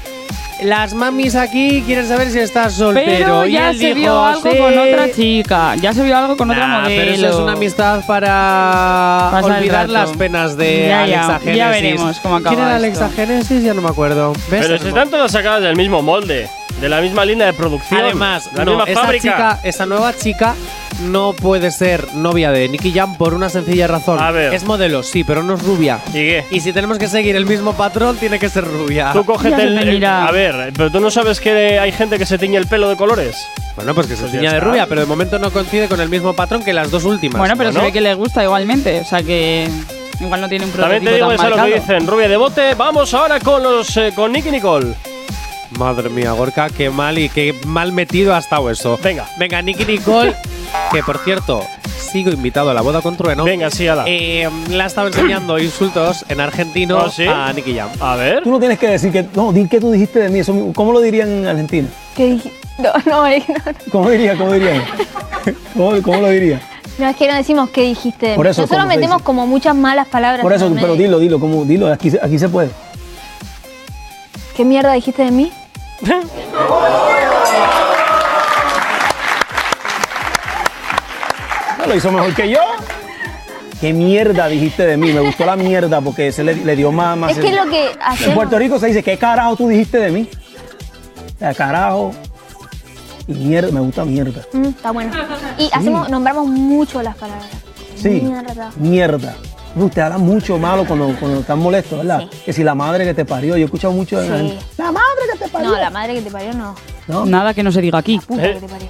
Speaker 4: Las mamis aquí quieren saber si estás soltero.
Speaker 3: Pero
Speaker 4: Y
Speaker 3: ya
Speaker 4: él
Speaker 3: se
Speaker 4: dijo,
Speaker 3: vio algo
Speaker 4: "Sí".
Speaker 3: con otra chica. Ya se vio algo con otra
Speaker 4: Nah,
Speaker 3: modelo.
Speaker 4: Pero eso es una amistad para
Speaker 3: Pasar el
Speaker 4: olvidar
Speaker 3: rato.
Speaker 4: las penas
Speaker 3: Ya,
Speaker 4: de
Speaker 3: ya,
Speaker 4: Alexa
Speaker 3: ya
Speaker 4: Genesis.
Speaker 3: veremos cómo acaba
Speaker 4: ¿Quién era
Speaker 3: esto.
Speaker 4: Alexa Genesis? Ya no me acuerdo. ¿Ves?
Speaker 2: Pero
Speaker 4: Ya
Speaker 2: si
Speaker 4: no me
Speaker 2: están todas sacadas del mismo molde, de la misma línea de producción.
Speaker 4: Además,
Speaker 2: la
Speaker 4: no,
Speaker 2: misma
Speaker 4: esa
Speaker 2: fábrica.
Speaker 4: chica, esa nueva chica no puede ser novia de Nicky Jam por una sencilla razón.
Speaker 2: A ver.
Speaker 4: Es modelo, sí, pero no es rubia.
Speaker 2: ¿Y qué?
Speaker 4: Y si tenemos que seguir el mismo patrón, tiene que ser rubia.
Speaker 2: Tú
Speaker 3: Ya
Speaker 2: cógete
Speaker 3: se
Speaker 2: el.
Speaker 3: te mira.
Speaker 2: A ver, pero tú no sabes que hay gente que se tiñe el pelo de colores.
Speaker 4: Bueno, pues que se
Speaker 2: Pues ya
Speaker 4: tiña de
Speaker 2: está.
Speaker 4: rubia, pero de momento no coincide con el mismo patrón que las dos últimas.
Speaker 3: Bueno, pero
Speaker 2: Bueno.
Speaker 3: se ve que le gusta igualmente. O sea que igual no tiene un
Speaker 2: También te
Speaker 3: prototipo
Speaker 2: digo
Speaker 3: tan
Speaker 2: que es lo que
Speaker 3: marcado.
Speaker 2: dicen, rubia de bote. Vamos ahora con los eh, con Nicky Nicole.
Speaker 4: Madre mía, Gorka, qué mal y qué mal metido ha estado eso.
Speaker 2: Venga.
Speaker 4: Venga, Nicky Nicole, que por cierto, sigo invitado a la boda con Trueno.
Speaker 2: Venga, sí, ala.
Speaker 4: Eh, le ha estado enseñando (coughs) insultos en argentino
Speaker 2: ¿Ah, sí?
Speaker 4: a Nicky Jam.
Speaker 2: A ver.
Speaker 7: Tú no tienes que decir que. No, di que tú dijiste de mí. Eso, ¿Cómo lo dirían en Argentina?
Speaker 8: ¿Qué dije? No, no, (laughs) eh, no, no.
Speaker 7: ¿Cómo dirían? ¿Cómo dirían? ¿Cómo, cómo lo dirían?
Speaker 8: No, es que no decimos qué dijiste. de mí.
Speaker 7: Por eso,
Speaker 8: Nosotros
Speaker 7: ¿cómo se
Speaker 8: metemos
Speaker 7: dice?
Speaker 8: como muchas malas palabras.
Speaker 7: Por eso,
Speaker 8: en el
Speaker 7: pero
Speaker 8: medio.
Speaker 7: dilo, dilo, ¿cómo? dilo. Aquí, se- aquí se puede.
Speaker 8: ¿Qué mierda dijiste de mí?
Speaker 7: No, lo hizo mejor que yo. ¿Qué mierda dijiste de mí? Me gustó la mierda porque se le, le dio más. más
Speaker 8: es que lo que
Speaker 7: En
Speaker 8: hacemos.
Speaker 7: Puerto Rico se dice, ¿qué carajo tú dijiste de mí? O sea, carajo. Y mierda, me gusta mierda.
Speaker 8: Mm, está bueno. Y hacemos, nombramos mucho las palabras.
Speaker 7: Sí.
Speaker 8: Mierda.
Speaker 7: Mierda. Usted habla mucho malo cuando, cuando están molestos, ¿verdad? Que si la madre que te parió, yo he escuchado mucho de la
Speaker 8: Sí.
Speaker 7: gente, La madre que te parió.
Speaker 8: No, la madre que te parió no.
Speaker 7: No,
Speaker 3: Nada que no se diga aquí.
Speaker 4: Eh,
Speaker 8: Puta que te parió.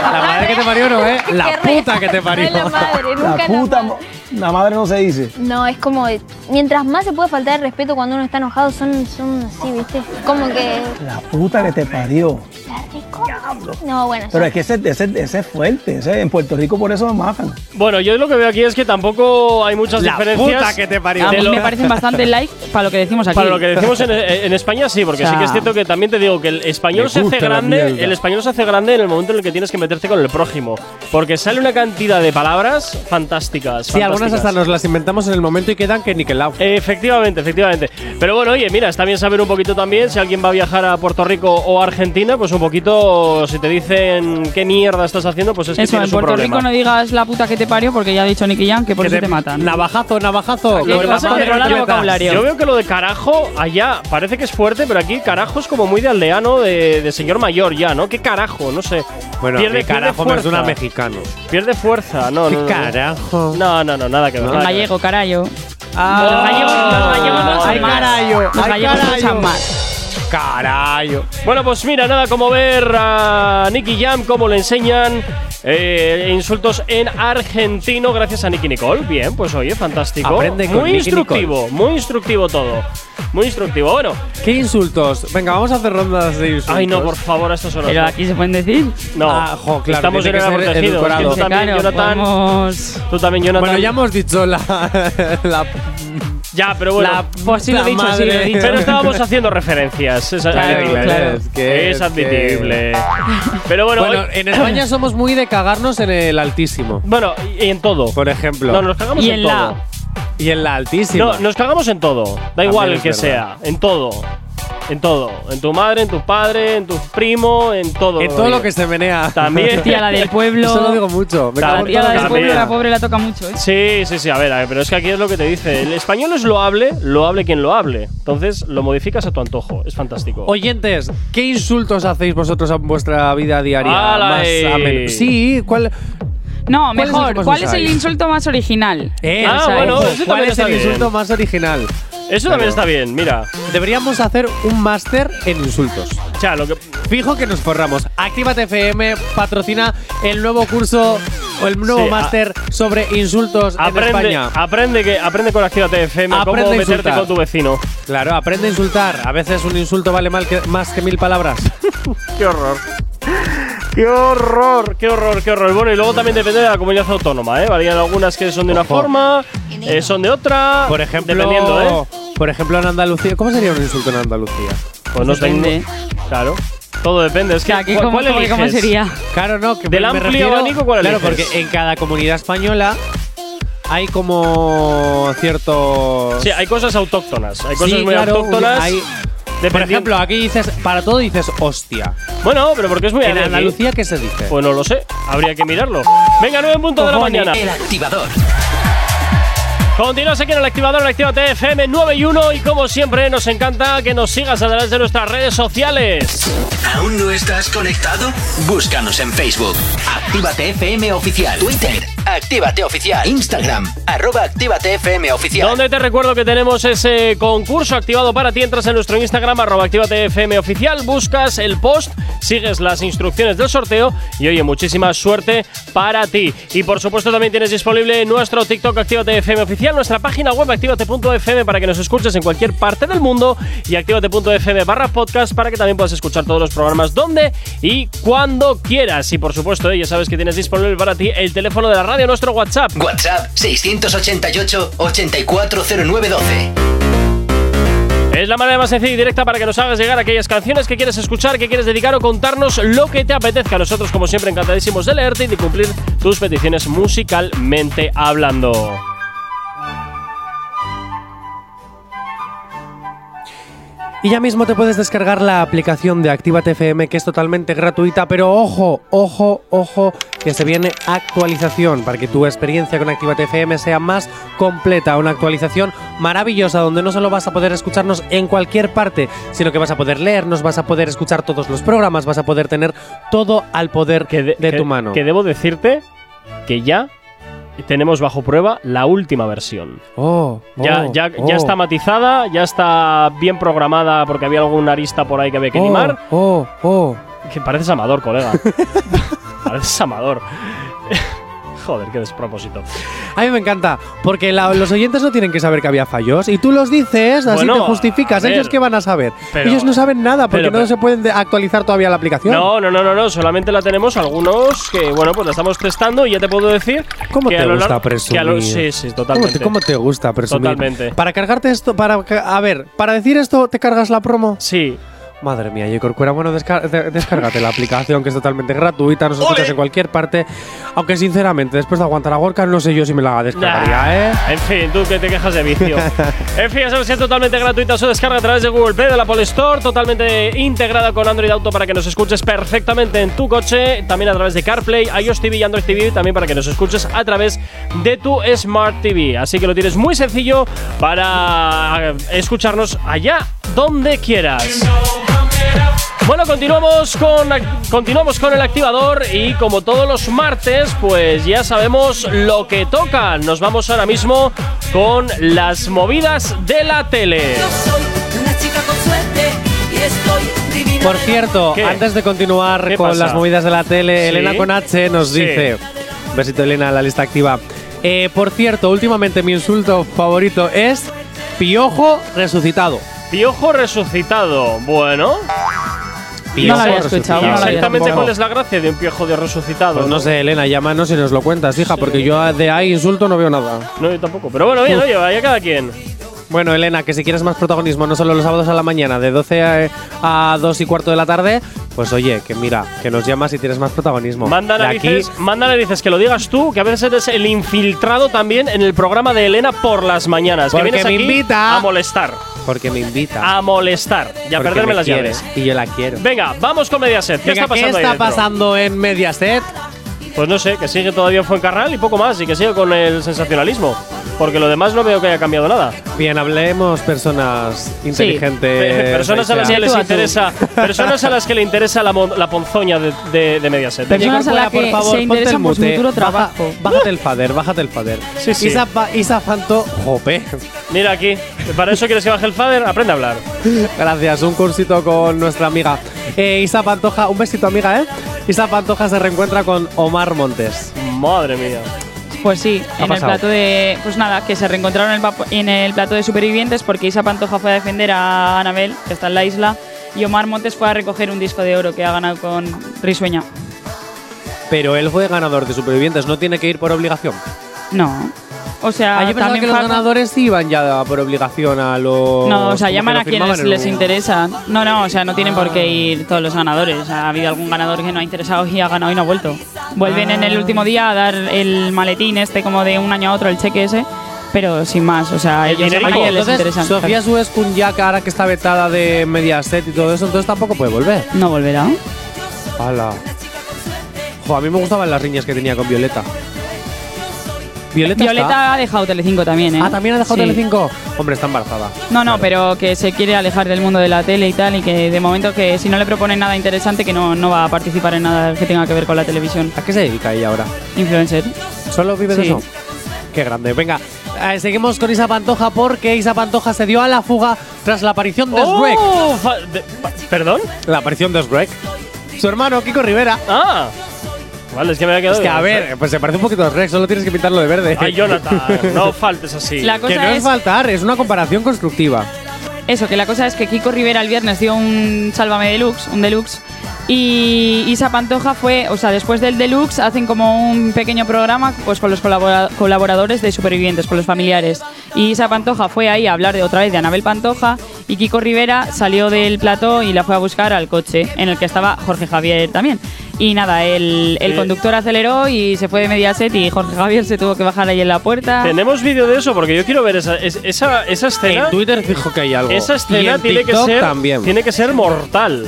Speaker 4: La madre que te parió no, ¿eh? La
Speaker 8: Qué
Speaker 4: puta que te
Speaker 8: risa. No es la
Speaker 4: parió.
Speaker 8: madre, nunca
Speaker 7: la
Speaker 8: la
Speaker 7: puta.
Speaker 8: madre.
Speaker 7: mo- La madre no se dice.
Speaker 8: No, es como. eh, Mientras más se puede faltar el respeto cuando uno está enojado, son, son así, ¿viste? Como que.
Speaker 7: La puta que te parió.
Speaker 8: La recontra
Speaker 7: diablo.
Speaker 8: No, bueno.
Speaker 7: Pero
Speaker 8: sí.
Speaker 7: es que ese, ese, ese es fuerte. Ese, en Puerto Rico por eso me matan.
Speaker 2: Bueno, yo lo que veo aquí es que tampoco hay muchas
Speaker 4: La
Speaker 2: diferencias.
Speaker 4: puta que te parió.
Speaker 2: de
Speaker 3: A mí
Speaker 2: lo-
Speaker 3: me parecen bastante like para lo que decimos aquí.
Speaker 2: Para lo que decimos en, en España sí, porque
Speaker 3: O sea,
Speaker 2: sí que es cierto que también te digo que el español
Speaker 4: me
Speaker 2: se hace
Speaker 4: gusta la
Speaker 2: grande,
Speaker 4: mierda.
Speaker 2: el español se hace grande en el momento en el que tienes que meterte con el prójimo, porque sale una cantidad de palabras fantásticas.
Speaker 4: Sí, algunas
Speaker 2: fantásticas.
Speaker 4: hasta nos las inventamos en el momento y quedan que niquelado.
Speaker 2: Eh, Efectivamente, efectivamente. Pero bueno, oye, mira, está bien saber un poquito también si alguien va a viajar a Puerto Rico o a Argentina, pues un poquito si te dicen qué mierda estás haciendo, pues es que
Speaker 3: Eso, en
Speaker 2: tienes un
Speaker 3: Puerto
Speaker 2: problema.
Speaker 3: Rico no digas la puta que te parió porque ya ha dicho Nicky Jam que por
Speaker 2: pues
Speaker 4: Que
Speaker 3: eso
Speaker 4: te-
Speaker 3: te, matan.
Speaker 4: Navajazo, navajazo.
Speaker 2: Lo que
Speaker 3: Vamos
Speaker 2: pasa
Speaker 3: a
Speaker 2: es que
Speaker 3: controlar el
Speaker 2: yo-
Speaker 3: vocabulario.
Speaker 2: Yo veo que lo de carajo allá parece que es fuerte, pero aquí carajo es como muy de aldeano, de, de señor mayor ya, ¿no? ¿Qué carajo? No sé.
Speaker 4: Bueno,
Speaker 2: pierde,
Speaker 4: que carajo, no es
Speaker 2: fuerza.
Speaker 4: una mexicano.
Speaker 2: Pierde fuerza, no,
Speaker 4: ¿Qué
Speaker 2: no, no.
Speaker 4: carajo?
Speaker 2: No, no, no, nada que ver. nada que ver.
Speaker 3: Gallego, carayo.
Speaker 4: Ah,
Speaker 3: los gallegos, los gallegos no
Speaker 2: ay,
Speaker 3: luchan más.
Speaker 4: carayo,
Speaker 3: Los
Speaker 4: ay,
Speaker 3: gallegos
Speaker 4: carayo.
Speaker 3: luchan más.
Speaker 4: Carayo.
Speaker 2: Bueno, pues mira, nada como ver a Nicky Jam cómo le enseñan eh, insultos en argentino gracias a Nicky Nicole. Bien, pues oye, fantástico.
Speaker 4: Aprende con
Speaker 2: muy
Speaker 4: Nicky
Speaker 2: instructivo, muy instructivo todo. Muy instructivo. Bueno,
Speaker 4: ¿Qué insultos? Venga, vamos a hacer rondas de insultos.
Speaker 2: ay no, por favor, a estas horas.
Speaker 3: Pero
Speaker 2: no.
Speaker 3: aquí se pueden decir.
Speaker 2: No,
Speaker 4: Ah, jo, claro,
Speaker 2: estamos en
Speaker 4: tiene
Speaker 2: el
Speaker 4: que ser
Speaker 2: protegido.
Speaker 4: edulcorado.
Speaker 2: Tú también,
Speaker 3: Claro,
Speaker 2: Jonathan.
Speaker 3: podemos-
Speaker 2: Tú también, Jonathan.
Speaker 4: Bueno, ya hemos dicho la. la
Speaker 2: Ya, pero bueno.
Speaker 4: la-
Speaker 3: Pues sí, lo he
Speaker 4: la
Speaker 3: dicho, sí, lo he
Speaker 4: madre.
Speaker 3: dicho.
Speaker 2: pero estábamos haciendo referencias. Es
Speaker 3: Claro,
Speaker 2: admitible. ¿eh?
Speaker 3: claro.
Speaker 4: Es que-
Speaker 2: Es
Speaker 4: es
Speaker 2: admitible. Pero bueno,
Speaker 4: bueno,
Speaker 2: hoy- (clears throat)
Speaker 4: en España somos muy de cagarnos en el altísimo.
Speaker 2: bueno, y en todo.
Speaker 4: Por ejemplo.
Speaker 2: No, nos cagamos
Speaker 3: Y
Speaker 2: en
Speaker 3: en
Speaker 2: todo.
Speaker 3: la.
Speaker 4: Y en la altísima.
Speaker 2: No, nos cagamos en todo. Da igual el
Speaker 4: es
Speaker 2: que
Speaker 4: verdad.
Speaker 2: sea. En todo. En todo. En tu madre, en tu padre, en tu primo, en todo.
Speaker 4: en todo lo que se menea.
Speaker 2: También.
Speaker 3: Tía, la del pueblo.
Speaker 4: (laughs) Eso lo digo mucho. Me
Speaker 2: Claro,
Speaker 3: La
Speaker 4: cago en
Speaker 3: tía,
Speaker 4: todo
Speaker 3: la del
Speaker 4: lo que se
Speaker 3: pueblo,
Speaker 4: menea.
Speaker 3: la pobre la toca mucho, ¿eh?
Speaker 2: Sí, sí, sí, a ver, a ver, pero es que aquí es lo que te dice. El español es loable, lo hable quien lo hable. Entonces lo modificas a tu antojo. Es fantástico.
Speaker 4: Oyentes, ¿qué insultos hacéis vosotros en vuestra vida diaria?
Speaker 2: ¡Hala,
Speaker 4: Más
Speaker 2: eh!
Speaker 4: a menos. Sí, ¿cuál?
Speaker 3: No,
Speaker 4: ¿Cuál es el que
Speaker 3: mejor.
Speaker 4: más
Speaker 3: ¿Cuál es el
Speaker 4: usáis?
Speaker 3: insulto más original?
Speaker 4: Eh,
Speaker 2: Ah,
Speaker 4: o sea,
Speaker 2: bueno,
Speaker 4: ojo,
Speaker 2: ese
Speaker 4: ¿cuál
Speaker 2: también
Speaker 4: es
Speaker 2: está
Speaker 4: el
Speaker 2: bien.
Speaker 4: insulto más original?
Speaker 2: Eso también está bien, mira.
Speaker 4: Deberíamos hacer un máster en insultos.
Speaker 2: O sea, lo que.
Speaker 4: Fijo que nos forramos. Actívate FM patrocina el nuevo curso o el nuevo
Speaker 2: Sí, a-
Speaker 4: máster sobre insultos en
Speaker 2: Aprende,
Speaker 4: España.
Speaker 2: aprende, que, aprende con Actívate FM
Speaker 4: Aprende
Speaker 2: cómo
Speaker 4: a
Speaker 2: meterte
Speaker 4: insultar.
Speaker 2: con tu vecino.
Speaker 4: Claro, aprende a insultar. A veces un insulto vale mal que- más que
Speaker 2: (laughs)
Speaker 4: mil palabras.
Speaker 2: Qué horror. Qué horror, qué horror, qué horror. Bueno, y luego también depende de la comunidad autónoma, ¿eh? Varían algunas que son de una
Speaker 4: Ojo.
Speaker 2: forma, eh, son de otra.
Speaker 4: Por ejemplo,
Speaker 2: Dependiendo, ¿eh?
Speaker 4: por ejemplo, en Andalucía. ¿Cómo sería un insulto en Andalucía?
Speaker 2: Pues no
Speaker 3: Depende.
Speaker 2: tengo- Claro. Todo depende. Es
Speaker 3: O
Speaker 2: que,
Speaker 3: sea, que
Speaker 2: ¿cuál,
Speaker 3: ¿cómo,
Speaker 2: cuál
Speaker 3: cómo- cómo
Speaker 2: eliges?
Speaker 3: sería?
Speaker 4: Claro, no, que
Speaker 2: Del
Speaker 4: me
Speaker 2: amplio
Speaker 4: refiero-
Speaker 2: abanico, ¿cuál
Speaker 4: Claro,
Speaker 2: eliges?
Speaker 4: porque en cada comunidad española hay como ciertos.
Speaker 2: Sí, hay cosas autóctonas. Hay cosas
Speaker 4: Sí,
Speaker 2: muy
Speaker 4: claro,
Speaker 2: autóctonas.
Speaker 4: hay- por
Speaker 2: dependi-
Speaker 4: ejemplo, aquí dices, para todo dices hostia.
Speaker 2: Bueno, pero porque es muy
Speaker 4: En
Speaker 2: de aquí.
Speaker 4: Andalucía, ¿qué se dice?
Speaker 2: Pues no lo sé. Habría que mirarlo. Venga, 9 en punto de la mañana.
Speaker 1: El activador.
Speaker 2: Continúas aquí en el activador, en Actívate FM 9 y 1 y como siempre nos encanta que nos sigas a través de nuestras redes sociales.
Speaker 1: ¿Aún no estás conectado? Búscanos en Facebook. Actívate FM Oficial. Twitter. Actívate Oficial. Instagram. Arroba Actívate FM Oficial.
Speaker 2: Donde te recuerdo que tenemos ese concurso activado para ti. Entras en nuestro Instagram, arroba Actívate FM oficial, buscas el post, sigues las instrucciones del sorteo y oye, muchísima suerte para ti. Y por supuesto también tienes disponible nuestro TikTok Actívate FM oficial, nuestra página web activate.fm para que nos escuches en cualquier parte del mundo y activate.fm barra podcast para que también puedas escuchar todos los programas donde y cuando quieras. Y por supuesto, eh, ya sabes que tienes disponible para ti el teléfono de la radio, nuestro WhatsApp.
Speaker 1: WhatsApp 688 840912.
Speaker 2: Es la manera más sencilla y directa para que nos hagas llegar aquellas canciones que quieres escuchar, que quieres dedicar o contarnos lo que te apetezca. Nosotros, como siempre, encantadísimos de leerte y de cumplir tus peticiones musicalmente hablando.
Speaker 4: Y ya mismo te puedes descargar la aplicación de Actívate FM, que es totalmente gratuita, pero ojo, ojo, ojo, que se viene actualización para que tu experiencia con Actívate FM sea más completa. Una actualización maravillosa donde no solo vas a poder escucharnos en cualquier parte, sino que vas a poder leernos, vas a poder escuchar todos los programas, vas a poder tener todo al poder
Speaker 2: Que
Speaker 4: de,
Speaker 2: que-
Speaker 4: tu mano.
Speaker 2: Que debo decirte que ya tenemos bajo prueba la última versión.
Speaker 4: Oh,
Speaker 2: ya,
Speaker 4: oh,
Speaker 2: ya,
Speaker 4: oh.
Speaker 2: ya está matizada, ya está bien programada porque había algún arista por ahí que había que
Speaker 4: Oh,
Speaker 2: limar.
Speaker 4: Oh, oh.
Speaker 2: (laughs) Que pareces amador, colega. pareces amador. (laughs) Joder, qué despropósito.
Speaker 4: A mí me encanta, porque la- los oyentes no tienen que saber que había fallos y tú los dices, así
Speaker 2: Bueno,
Speaker 4: te justificas.
Speaker 2: a ver,
Speaker 4: Ellos qué van a saber.
Speaker 2: pero-
Speaker 4: Ellos no saben nada porque
Speaker 2: pero-
Speaker 4: no
Speaker 2: pero-
Speaker 4: se pueden de- actualizar todavía la aplicación.
Speaker 2: No, no, no, no, no, solamente la tenemos algunos que, bueno, pues la estamos testando y ya te puedo decir.
Speaker 4: ¿Cómo
Speaker 2: que
Speaker 4: te
Speaker 2: a lo
Speaker 4: gusta
Speaker 2: largo- que a lo- Sí,
Speaker 4: presumir?
Speaker 2: sí,
Speaker 4: ¿Cómo
Speaker 2: totalmente.
Speaker 4: te, cómo te gusta presumir?
Speaker 2: Totalmente.
Speaker 4: Para cargarte esto, para ca- a ver, para decir esto, ¿te cargas la promo?
Speaker 2: Sí.
Speaker 4: Madre mía, yo Corcuera, bueno, desca- de- descárgate la aplicación que es totalmente gratuita, nos escuchas en cualquier parte. Aunque sinceramente, después de aguantar a Gorka, no sé yo si me la descargaría, ¿eh?
Speaker 2: Nah, En fin, tú que te quejas de
Speaker 4: (laughs)
Speaker 2: vicio. en fin, esa versión totalmente gratuita su descarga a través de Google Play, de la Apple Store, totalmente integrada con Android Auto para que nos escuches perfectamente en tu coche, también a través de CarPlay, iOS TV y Android TV, también para que nos escuches a través de tu Smart TV. Así que lo tienes muy sencillo para eh, escucharnos allá donde quieras. Bueno, continuamos con, continuamos con el activador y como todos los martes, pues ya sabemos lo que toca. Nos vamos ahora mismo con las movidas de la tele.
Speaker 4: Por cierto,
Speaker 2: ¿Qué?
Speaker 4: antes de continuar
Speaker 2: ¿Qué
Speaker 4: con
Speaker 2: pasa?
Speaker 4: las movidas de la tele,
Speaker 2: ¿Sí?
Speaker 4: Elena con H nos
Speaker 2: Sí.
Speaker 4: dice: un Besito, Elena, la lista activa. Eh, por cierto, últimamente mi insulto favorito es Piojo resucitado.
Speaker 2: Piojo resucitado. Bueno,
Speaker 3: No la había escuchado,
Speaker 4: Piojo resucitado.
Speaker 3: no la había
Speaker 2: exactamente
Speaker 3: tampoco.
Speaker 2: cuál es la gracia de un piojo de resucitado.
Speaker 4: Pues no sé, Elena, llámanos y nos lo cuentas, hija, porque yo de ahí insulto no veo nada.
Speaker 2: No, yo tampoco. Pero bueno, bien, oye, vaya cada quien.
Speaker 4: Bueno, Elena, que si quieres más protagonismo, no solo los sábados a la mañana, de 12 a, a 2 y cuarto de la tarde, pues oye, que mira, que nos llamas y tienes más protagonismo.
Speaker 2: Manda
Speaker 4: De aquí,
Speaker 2: narices, manda narices que lo digas tú, que a veces eres el infiltrado también en el programa de Elena por las mañanas.
Speaker 4: Porque
Speaker 2: que vienes
Speaker 4: me
Speaker 2: aquí
Speaker 4: invita.
Speaker 2: a molestar.
Speaker 4: porque me invita.
Speaker 2: A molestar y a
Speaker 4: porque
Speaker 2: perderme
Speaker 4: me
Speaker 2: las
Speaker 4: quiere,
Speaker 2: llaves.
Speaker 4: Y yo la quiero.
Speaker 2: Venga, vamos con Mediaset. ¿Qué
Speaker 4: Venga,
Speaker 2: está pasando? ahí dentro?
Speaker 4: pasando en Mediaset?
Speaker 2: Pues no sé, que sigue todavía Fuencarral y poco más, y que sigue con el sensacionalismo. Porque lo demás no veo que haya cambiado nada.
Speaker 4: Bien, hablemos personas inteligentes.
Speaker 2: Pe- Eh, personas a las que
Speaker 4: Aisha.
Speaker 3: Tú
Speaker 2: les
Speaker 3: a tú.
Speaker 2: interesa,
Speaker 4: (laughs)
Speaker 2: personas a las que le interesa la, mon- la ponzoña de, de- de Mediaset.
Speaker 3: Pero- Personas a
Speaker 4: Oye,
Speaker 3: la
Speaker 4: Corcuera,
Speaker 3: que
Speaker 4: por favor,
Speaker 3: se
Speaker 4: ponte el
Speaker 3: interesan por su
Speaker 4: mute.
Speaker 3: futuro
Speaker 4: Baja-
Speaker 3: trabajo.
Speaker 4: bájate el fader, bájate el fader.
Speaker 2: Sí, sí.
Speaker 4: Isa, Fa- Isa Fanto, jope. (laughs)
Speaker 2: Mira aquí, para eso quieres que baje el fader, aprende a hablar.
Speaker 4: Gracias, un cursito con nuestra amiga. Eh, Isa Pantoja, un besito amiga, ¿eh? Isa Pantoja se reencuentra con Omar Montes.
Speaker 2: Madre mía.
Speaker 3: Pues sí,
Speaker 4: ha
Speaker 3: en
Speaker 4: pasado?
Speaker 3: el plato de. Pues nada, que se reencontraron en el, papo- en el plato de supervivientes porque Isa Pantoja fue a defender a Anabel, que está en la isla, y Omar Montes fue a recoger un disco de oro que ha ganado con Risueña.
Speaker 4: Pero él fue ganador de Supervivientes, no tiene que ir por obligación.
Speaker 3: No. O sea,
Speaker 4: Ah, yo pensaba
Speaker 3: también
Speaker 4: que los
Speaker 3: fue a-
Speaker 4: ganadores sí iban ya por obligación a los.
Speaker 3: No, o
Speaker 4: como
Speaker 3: sea,
Speaker 4: que
Speaker 3: llaman
Speaker 4: lo
Speaker 3: a quienes
Speaker 4: firmaban en
Speaker 3: les
Speaker 4: un- Ah.
Speaker 3: interesa. No, no, o sea, no tienen por qué ir todos los ganadores. O sea, ha habido algún ganador que no ha interesado y ha ganado y no ha vuelto. Vuelven en el
Speaker 4: Ah.
Speaker 3: último día a dar el maletín este como de un año a otro, el cheque ese, pero sin más. O sea,
Speaker 2: El
Speaker 3: ellos
Speaker 2: dinerico.
Speaker 3: a
Speaker 4: Oye,
Speaker 3: quienes les
Speaker 4: entonces,
Speaker 3: interesa.
Speaker 4: Sofía Suez Cunyac, ahora que está vetada de Mediaset y todo eso, entonces tampoco puede volver.
Speaker 3: No volverá.
Speaker 4: Hala. Jo, a mí me gustaban las riñas que tenía con Violeta. Violeta, está?
Speaker 3: Violeta ha dejado Telecinco también, ¿eh?
Speaker 4: Ah, también ha dejado
Speaker 3: Sí.
Speaker 4: Telecinco. Hombre, está embarazada.
Speaker 3: No, no, pero que se quiere alejar del mundo de la tele y tal, y que de momento que si no le proponen nada interesante, que no, no va a participar en nada que tenga que ver con la televisión.
Speaker 4: ¿A qué se dedica ella ahora?
Speaker 3: Influencer.
Speaker 4: ¿Solo vive de
Speaker 3: Sí.
Speaker 4: eso? Qué grande. Venga, eh, seguimos con Isa Pantoja porque Isa Pantoja se dio a la fuga tras la aparición de Shrek.
Speaker 2: Oh, fa- de- pa- ¿Perdón?
Speaker 4: La aparición de Shrek. Su hermano, Kiko Rivera.
Speaker 2: Ah. Vale, es que me había quedado.
Speaker 4: Es que, a
Speaker 2: de-
Speaker 4: ver, pues se parece un poquito a Shrek, solo tienes que pintarlo de verde.
Speaker 2: Ay,
Speaker 4: (laughs)
Speaker 2: Jonathan, no faltes así.
Speaker 3: La cosa
Speaker 4: que no es faltar, es una comparación constructiva.
Speaker 3: Eso, que la cosa es que Kiko Rivera el viernes dio un Sálvame Deluxe, un Deluxe, y Isa Pantoja fue, o sea, después del Deluxe hacen como un pequeño programa pues con los colabora- colaboradores de supervivientes, con los familiares. Y Isa Pantoja fue ahí a hablar de otra vez de Anabel Pantoja y Kiko Rivera salió del plató y la fue a buscar al coche en el que estaba Jorge Javier también. Y nada, el, el
Speaker 2: Sí.
Speaker 3: conductor aceleró y se fue de Mediaset y Jorge Javier se tuvo que bajar ahí en la puerta.
Speaker 2: Tenemos vídeo de eso porque yo quiero ver esa, es- esa, esa escena.
Speaker 4: En Twitter fijo que hay algo.
Speaker 2: Esa
Speaker 4: Y
Speaker 2: escena
Speaker 4: en
Speaker 2: tiene que
Speaker 4: TikTok
Speaker 2: ser
Speaker 4: también.
Speaker 2: tiene que ser mortal.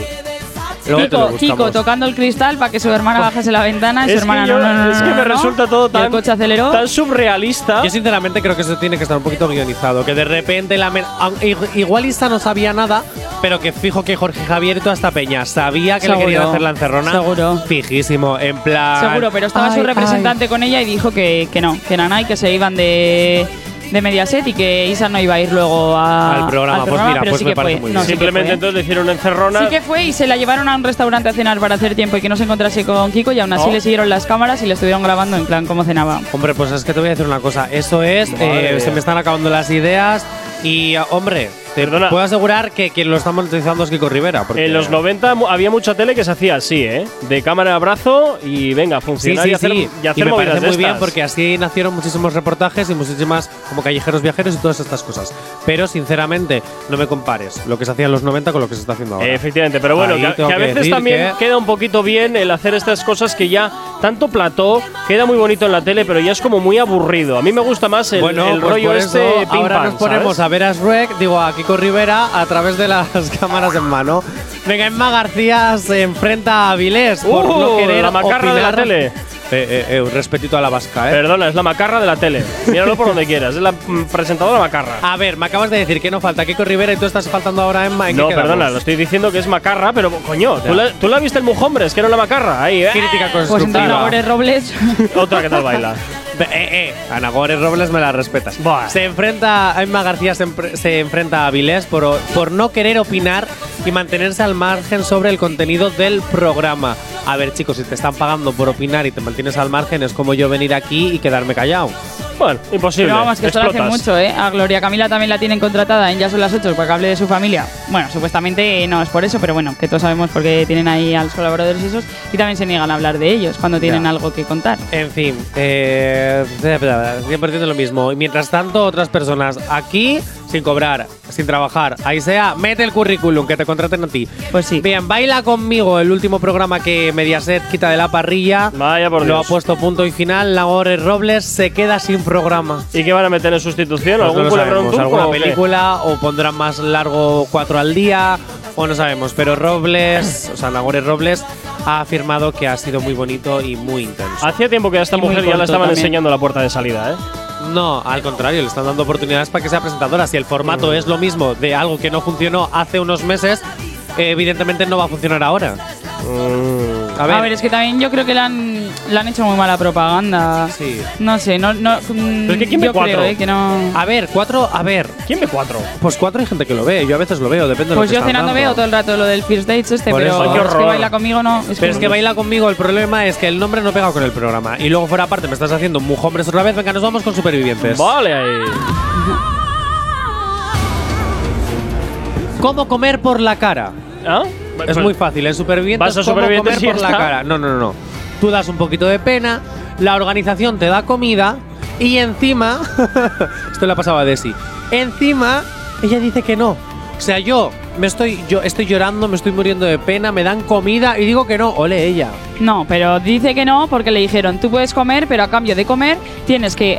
Speaker 4: Luego te lo
Speaker 3: Kiko, Kiko
Speaker 4: buscamos.
Speaker 3: tocando el cristal para que
Speaker 2: (laughs)
Speaker 3: su hermana bajase la ventana y Ah, su
Speaker 2: Es
Speaker 3: hermana
Speaker 2: que, yo-
Speaker 3: no, no, no,
Speaker 2: es que
Speaker 3: no,
Speaker 2: me
Speaker 3: no.
Speaker 2: resulta todo
Speaker 3: Y
Speaker 2: tan
Speaker 3: el coche aceleró.
Speaker 2: tan surrealista.
Speaker 4: Yo sinceramente creo que eso tiene que estar un poquito guionizado, que de repente la men- aun- i- igual Isa no sabía nada, pero que fijo que Jorge Javier y toda esta peña sabía que le
Speaker 3: Seguro.
Speaker 4: querían hacer la encerrona.
Speaker 3: Seguro.
Speaker 4: Fijísimo, en plan
Speaker 3: Seguro, pero estaba
Speaker 4: Ay,
Speaker 3: su representante con ella y dijo que, que no, que eran y que se iban de de Mediaset y que Isa no iba a ir luego a-
Speaker 4: Al programa, pues mira,
Speaker 3: pero
Speaker 4: pues
Speaker 3: sí
Speaker 4: me
Speaker 3: que
Speaker 4: parece
Speaker 3: fue.
Speaker 4: muy
Speaker 3: No, sí
Speaker 4: bien.
Speaker 3: que
Speaker 2: Simplemente
Speaker 3: fue.
Speaker 2: entonces le hicieron una encerrona.
Speaker 3: Sí que fue y se la llevaron a un restaurante a cenar para hacer tiempo y que no se encontrase con Kiko y aún así
Speaker 2: Oh.
Speaker 3: le siguieron las cámaras y le estuvieron grabando en plan cómo cenaba.
Speaker 4: Hombre, pues es que te voy a decir una cosa. Eso es,
Speaker 2: Madre
Speaker 4: eh,
Speaker 2: mía.
Speaker 4: se me están acabando las ideas y, ah, hombre, te
Speaker 2: Perdona.
Speaker 4: puedo asegurar que quien lo está monetizando es Kiko Rivera. porque-
Speaker 2: En los 90 mu- había mucha tele que se hacía así, ¿eh? De cámara a brazo y venga,
Speaker 4: Sí,
Speaker 2: funcionar
Speaker 4: sí,
Speaker 2: y hacer,
Speaker 4: sí.
Speaker 2: y hacer
Speaker 4: me
Speaker 2: movidas
Speaker 4: parece
Speaker 2: de
Speaker 4: muy bien
Speaker 2: estas.
Speaker 4: porque así nacieron muchísimos reportajes y muchísimas como callejeros viajeros y todas estas cosas. Pero sinceramente, no me compares lo que se hacía en los 90 con lo que se está haciendo ahora.
Speaker 2: Efectivamente, pero bueno,
Speaker 4: Ahí
Speaker 2: que, a-
Speaker 4: tengo
Speaker 2: que a
Speaker 4: que
Speaker 2: veces
Speaker 4: decir
Speaker 2: también
Speaker 4: que-
Speaker 2: queda un poquito bien el hacer estas cosas que ya tanto plató, queda muy bonito en la tele, pero ya es como muy aburrido. A mí me gusta más el,
Speaker 4: bueno,
Speaker 2: el
Speaker 4: pues
Speaker 2: rollo
Speaker 4: por
Speaker 2: este
Speaker 4: eso
Speaker 2: pim
Speaker 4: ahora
Speaker 2: pam,
Speaker 4: nos ponemos
Speaker 2: ¿sabes?
Speaker 4: a ver a Shrek, digo a Kiko Rivera a través de las (laughs) cámaras en mano. Venga, Emma García se enfrenta a Vilés por
Speaker 2: Uh,
Speaker 4: no querer
Speaker 2: la macarra de la
Speaker 4: opinar.
Speaker 2: tele.
Speaker 4: Eh, eh, eh, un respetito a la vasca, eh.
Speaker 2: Perdona, es la macarra de la tele. Míralo por donde quieras, es la mm, presentadora
Speaker 4: (laughs)
Speaker 2: macarra.
Speaker 4: a ver, me acabas de decir que no falta Kiko Rivera y tú estás faltando ahora a Emma. ¿en
Speaker 2: no,
Speaker 4: qué quedamos?
Speaker 2: perdona, lo estoy diciendo que es macarra, pero coño, ¿tú la, tú la viste el Mujombres, que era una macarra. Ahí, ¿eh?
Speaker 4: Crítica
Speaker 3: Pues
Speaker 4: constructiva.
Speaker 3: entonces Nagore Robles
Speaker 2: (laughs) Otra que tal baila.
Speaker 4: Eh, eh, Ana Gore Robles me la respetas.
Speaker 2: Buah.
Speaker 4: Se enfrenta a Emma García, se, empre- se enfrenta a Vilés por, por no querer opinar y mantenerse al margen sobre el contenido del programa. A ver, chicos, si te están pagando por opinar y te mantienes al margen, es como yo venir aquí y quedarme callado.
Speaker 2: Bueno, imposible.
Speaker 3: Pero vamos, que esto lo hace
Speaker 2: explotas.
Speaker 3: mucho, ¿eh? A Gloria Camila también la tienen contratada en Ya son las 8 para que hable de su familia. Bueno, supuestamente eh, no es por eso, pero bueno, que todos sabemos por qué tienen ahí a los colaboradores esos y también se niegan a hablar de ellos cuando tienen
Speaker 4: Ya.
Speaker 3: algo que contar.
Speaker 4: En fin, eh, 100% lo mismo. Y mientras tanto, otras personas aquí, sin cobrar, sin trabajar, ahí sea, mete el currículum, que te contraten a ti.
Speaker 3: Pues sí.
Speaker 4: Bien, baila conmigo, el último programa que Mediaset quita de la parrilla.
Speaker 2: Vaya por
Speaker 4: Lo ha
Speaker 2: Dios.
Speaker 4: puesto punto y final. Lagore Robles se queda sin programa.
Speaker 2: ¿Y qué van a meter en sustitución?
Speaker 4: Pues
Speaker 2: ¿Algún
Speaker 4: no lo
Speaker 2: culebrón
Speaker 4: sabemos,
Speaker 2: turco
Speaker 4: alguna
Speaker 2: o qué?
Speaker 4: película o pondrán más largo cuatro al día o no sabemos. Pero Robles, o sea, Lagore Robles ha afirmado que ha sido muy bonito y muy intenso.
Speaker 2: Hacía tiempo que a esta
Speaker 3: Y muy
Speaker 2: mujer ya la
Speaker 3: corto
Speaker 2: estaban
Speaker 3: también.
Speaker 2: enseñando la puerta de salida, ¿eh?
Speaker 4: No, al contrario, le están dando oportunidades para que sea presentadora. Si el formato es lo mismo de algo que no funcionó hace unos meses, eh, evidentemente no va a funcionar ahora. Mm.
Speaker 3: A ver. es que también yo creo que le han, le han hecho muy mala propaganda.
Speaker 4: Sí.
Speaker 3: No sé, no. no
Speaker 2: Pero es que ¿quién ve
Speaker 3: yo
Speaker 2: cuatro?
Speaker 3: creo, ¿eh? Que no.
Speaker 4: A ver, cuatro, a ver.
Speaker 2: ¿Quién ve cuatro?
Speaker 4: Pues cuatro hay gente que lo ve, yo a veces lo veo, depende
Speaker 3: Pues
Speaker 4: de lo
Speaker 3: yo
Speaker 4: que están
Speaker 3: cenando
Speaker 4: dando.
Speaker 3: veo todo el rato lo del first dates este,
Speaker 4: Por eso.
Speaker 3: pero
Speaker 4: Ay, qué
Speaker 3: es que
Speaker 2: horror.
Speaker 3: baila conmigo no.
Speaker 4: Pero es que baila conmigo, el problema es que el nombre no pega con el programa. Y luego fuera aparte me estás haciendo mujombres otra vez, venga, nos vamos con supervivientes.
Speaker 2: Vale, ahí.
Speaker 4: ¿Cómo comer por la cara?
Speaker 2: ¿Ah?
Speaker 4: Es muy fácil, en supervivientes
Speaker 2: ¿Vas a
Speaker 4: ¿cómo
Speaker 2: Supervivientes
Speaker 4: comer
Speaker 2: y
Speaker 4: por
Speaker 2: ya
Speaker 4: la
Speaker 2: está?
Speaker 4: cara. No, no, no, no. Tú das un poquito de pena, la organización te da comida y encima (laughs) esto le ha pasado a Desi. Encima ella dice que no. O sea, yo me estoy yo estoy llorando, me estoy muriendo de pena, me dan comida y digo que no, ole ella.
Speaker 3: No, pero dice que no porque le dijeron, tú puedes comer, pero a cambio de comer tienes que,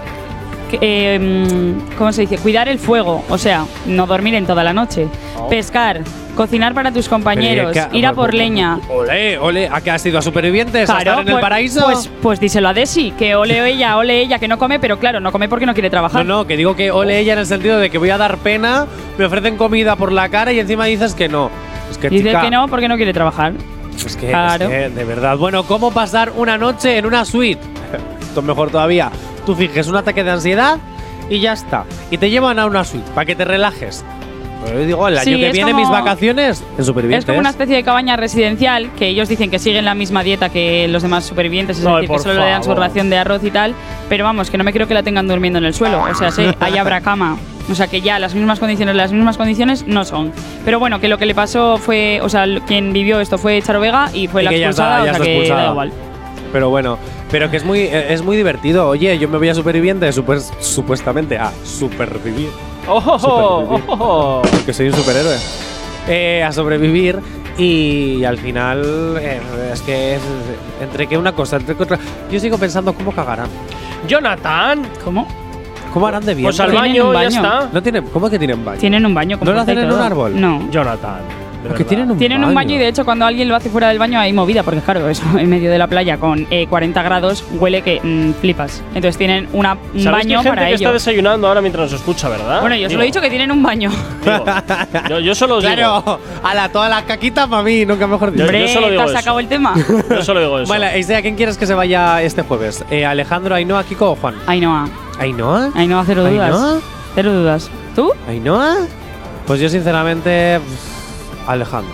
Speaker 3: que, eh, mm, ¿cómo se dice? Cuidar el fuego, o sea, no dormir en toda la noche, pescar, cocinar para tus compañeros,
Speaker 4: Oh. Pero, ¿qué- Pues,
Speaker 3: ir a por leña.
Speaker 4: Ole, ole, ¿a qué has ido a supervivientes? ¿A estar en el
Speaker 3: pues,
Speaker 4: paraíso?
Speaker 3: Pues, pues díselo a Desi, que ole ella, ole ella, que no come, pero claro, no come porque no quiere
Speaker 4: No,
Speaker 3: trabajar.
Speaker 4: no, que digo que ole ella en el sentido de que voy a dar pena, me ofrecen comida por la cara y encima dices que no. Es que,
Speaker 3: Dice
Speaker 4: chica,
Speaker 3: que no porque no quiere trabajar.
Speaker 4: Es que,
Speaker 3: Claro.
Speaker 4: es que, de verdad. Bueno, ¿cómo pasar una noche en una suite? (laughs) Esto es mejor todavía. Tú finges un ataque de ansiedad y ya está. Y te llevan a una suite para que te relajes. Pero yo digo, el
Speaker 3: Sí,
Speaker 4: año que
Speaker 3: es
Speaker 4: viene mis
Speaker 3: como-
Speaker 4: vacaciones en
Speaker 3: Es
Speaker 4: supervivientes.
Speaker 3: como una especie de cabaña residencial que ellos dicen que siguen la misma dieta que los demás supervivientes, es
Speaker 2: Ay,
Speaker 3: decir, que
Speaker 2: por
Speaker 3: solo le dan su
Speaker 2: favor.
Speaker 3: ración de arroz y tal, pero vamos, que no me creo que la tengan durmiendo en el suelo, o sea,
Speaker 4: (laughs)
Speaker 3: sí, ahí habrá cama. O sea, que ya las mismas condiciones, las mismas condiciones no son. Pero bueno, que lo que le pasó fue, o sea, l- quien vivió esto fue Charo Vega y fue
Speaker 4: Y
Speaker 3: la
Speaker 4: que ya
Speaker 3: expulsada,
Speaker 4: está- ya
Speaker 3: o sea
Speaker 4: está
Speaker 3: que da
Speaker 4: expulsada.
Speaker 3: igual.
Speaker 4: Pero bueno, pero que es muy, eh, es muy divertido. Oye, yo me voy a supervivientes supues- supuestamente a supervivir.
Speaker 2: ¡Ojo!
Speaker 4: Supervivientes.
Speaker 2: ¡Ojo!
Speaker 4: porque soy un superhéroe, eh, a sobrevivir y, al final eh, es que es- entre que una cosa, entre que otra, yo sigo pensando cómo cagarán,
Speaker 2: ¡Jonathan!
Speaker 3: ¿Cómo?
Speaker 4: cómo harán de bien.
Speaker 2: Pues al
Speaker 3: Tienen
Speaker 2: baño,
Speaker 3: un
Speaker 2: ya
Speaker 3: baño.
Speaker 2: está.
Speaker 4: no tienen, ¿Cómo que tienen baño?
Speaker 3: Tienen un baño. con
Speaker 4: ¿No lo
Speaker 3: puerta y
Speaker 4: hacen en un
Speaker 3: todo.
Speaker 4: árbol?
Speaker 3: No.
Speaker 2: Jonathan. de
Speaker 4: Porque
Speaker 2: verdad.
Speaker 4: tienen un
Speaker 3: Tienen
Speaker 4: baño.
Speaker 3: un baño y de hecho cuando alguien lo hace fuera del baño hay movida, porque claro, eso en medio de la playa con eh, 40 grados huele que mm, flipas. Entonces tienen una, un
Speaker 2: ¿Sabéis que hay
Speaker 3: baño
Speaker 2: gente
Speaker 3: para
Speaker 2: que está
Speaker 3: ello.
Speaker 2: desayunando ahora mientras nos escucha, ¿verdad?
Speaker 3: Bueno, yo os
Speaker 2: Digo,
Speaker 3: lo he dicho que tienen un baño. (laughs)
Speaker 2: digo, yo, yo solo os digo.
Speaker 4: Claro, a la toda la caquita para mí, nunca mejor dicho.
Speaker 2: Hombre. yo solo
Speaker 3: ¿te
Speaker 2: digo
Speaker 3: has
Speaker 2: eso.
Speaker 3: sacado el
Speaker 4: (laughs)
Speaker 3: tema? (laughs)
Speaker 2: Yo solo digo eso.
Speaker 4: Vale, Isea, ¿quién quieres que se vaya este jueves? Eh, Alejandro, Ainhoa, Kiko o Juan.
Speaker 3: Ainhoa.
Speaker 4: ¿Ainhoa?
Speaker 3: Ainhoa, ah, cero
Speaker 4: Ainhoa.
Speaker 3: dudas. Cero dudas. ¿Tú?
Speaker 4: ¿Ainhoa? Pues yo, sinceramente, pff, Alejandro.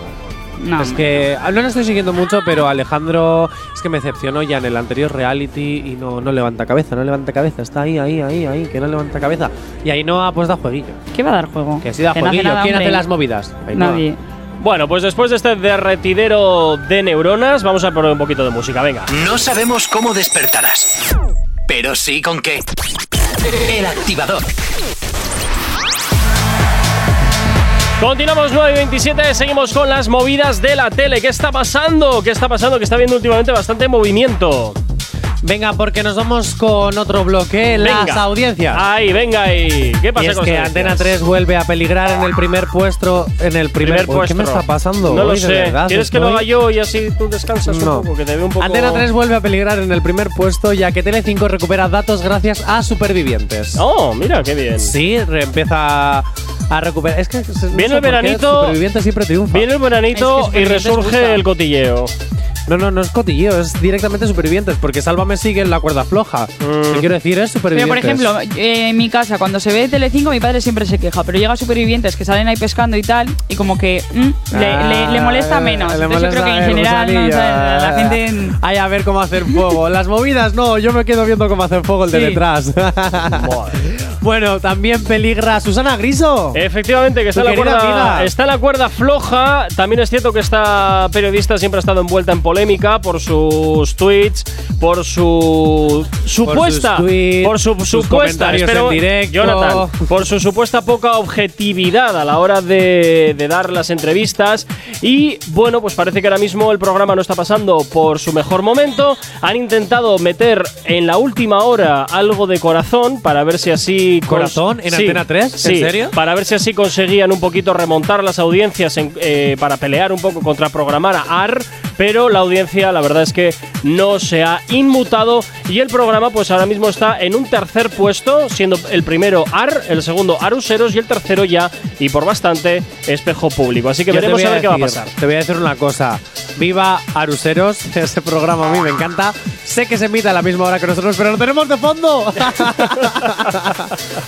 Speaker 3: No.
Speaker 4: es
Speaker 3: hombre.
Speaker 4: que ah, no lo estoy siguiendo mucho, pero Alejandro es que me decepcionó ya en el anterior reality y no, no levanta cabeza, no levanta cabeza. Está ahí, ahí, ahí, ahí, que no levanta cabeza. Y Ainhoa, pues da jueguillo.
Speaker 3: ¿Qué va a dar juego?
Speaker 4: Que sí
Speaker 3: no
Speaker 4: da
Speaker 3: hace
Speaker 4: jueguillo.
Speaker 3: nada,
Speaker 4: ¿Quién
Speaker 3: hombre.
Speaker 4: hace las movidas? Ainhoa.
Speaker 3: Nadie.
Speaker 2: Bueno, pues después de este derretidero de neuronas, vamos a poner un poquito de música, venga.
Speaker 1: No sabemos cómo despertarás, pero sí con qué. El activador.
Speaker 2: Continuamos 9 y 27, seguimos con las movidas de la tele. ¿Qué está pasando? ¿Qué está pasando? Que está viendo últimamente bastante movimiento.
Speaker 4: Venga, porque nos vamos con otro bloque, las
Speaker 2: Venga. Ah,
Speaker 4: audiencias.
Speaker 2: Ahí, venga ahí. ¿Qué
Speaker 4: Y
Speaker 2: pasa
Speaker 4: es
Speaker 2: con
Speaker 4: que
Speaker 2: las
Speaker 4: Antena
Speaker 2: audiencias?
Speaker 4: 3 vuelve a peligrar en el primer puesto. En el primer,
Speaker 2: Primer
Speaker 4: Uy, ¿Qué me
Speaker 2: puesto.
Speaker 4: está pasando?
Speaker 2: No lo
Speaker 4: hoy, de
Speaker 2: sé.
Speaker 4: verdad?
Speaker 2: ¿Quieres que lo
Speaker 4: Estoy-
Speaker 2: haga yo y así tú descansas
Speaker 4: No.
Speaker 2: un poco? Que te veo un poco.
Speaker 4: Antena 3 vuelve a peligrar en el primer puesto, ya que Telecinco recupera datos gracias a supervivientes.
Speaker 2: Oh, mira, qué bien.
Speaker 4: Sí, re- empieza a recuperar. Es que se- no
Speaker 2: Viene
Speaker 4: sé
Speaker 2: el
Speaker 4: por qué,
Speaker 2: veranito.
Speaker 4: Supervivientes siempre triunfa.
Speaker 2: Viene el veranito
Speaker 4: Es que
Speaker 2: y
Speaker 4: Supervivientes gusta.
Speaker 2: resurge el cotilleo.
Speaker 4: No, no, no es cotilleo, es directamente supervivientes, porque Sálvame sigue en la cuerda floja.
Speaker 2: Mm.
Speaker 4: Lo que quiero decir es
Speaker 3: Pero,
Speaker 4: supervivientes.
Speaker 3: por ejemplo, eh, en mi casa, cuando se ve Telecinco, mi padre siempre se queja, pero llega supervivientes que salen ahí pescando y tal, y como que mm, le,
Speaker 4: Ah,
Speaker 3: le- le molesta menos.
Speaker 4: le
Speaker 3: Entonces yo creo
Speaker 4: molesta
Speaker 3: que en
Speaker 4: el
Speaker 3: general no,
Speaker 4: gusanillo. Ah,
Speaker 3: O sea, la gente...
Speaker 4: Ay, a ver cómo hacer fuego. Las movidas, no, yo me quedo viendo cómo hacer fuego el de
Speaker 3: Sí.
Speaker 4: detrás. (laughs) bueno, también peligra Susana Griso.
Speaker 2: Efectivamente, que está
Speaker 4: Tu
Speaker 2: la,
Speaker 4: querida
Speaker 2: cuerda,
Speaker 4: amiga.
Speaker 2: está la cuerda floja. También es cierto que esta periodista siempre ha estado envuelta en polémica por sus tweets, por su supuesta.
Speaker 4: sus tweets,
Speaker 2: por su
Speaker 4: sus
Speaker 2: supuesta.
Speaker 4: comentarios
Speaker 2: espero-
Speaker 4: en directo.
Speaker 2: Jonathan, por su supuesta poca objetividad a la hora de, de dar las entrevistas. Y bueno, pues parece que ahora mismo el programa no está pasando por su mejor momento. Han intentado meter en la última hora algo de corazón para ver si así. cons-
Speaker 4: ¿Corazón en Antena 3? ¿En
Speaker 2: Sí,
Speaker 4: serio?
Speaker 2: para ver si así conseguían un poquito remontar las audiencias en- eh, para pelear un poco contra programar a AR, pero la audiencia la verdad es que no se ha inmutado y el programa pues ahora mismo está en un tercer puesto, siendo el primero AR, el segundo Aruseros y el tercero ya, y por bastante, Espejo Público. Así que
Speaker 4: Yo te
Speaker 2: veremos
Speaker 4: voy
Speaker 2: a ver qué va a
Speaker 4: decir-
Speaker 2: pasar.
Speaker 4: Te voy a decir una cosa. Viva Aruseros, (laughs) ese programa a mí me encanta. Sé que se emite a la misma hora que nosotros, pero lo tenemos de fondo. (laughs)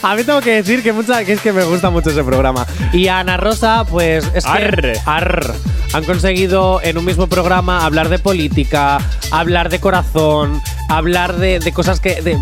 Speaker 4: a mí tengo que decir que, mucha, que es que me gusta mucho ese programa. Y a Ana Rosa, pues es
Speaker 2: Arre.
Speaker 4: que Arr. han conseguido en un mismo programa hablar de política, hablar de corazón, hablar de, de cosas que de,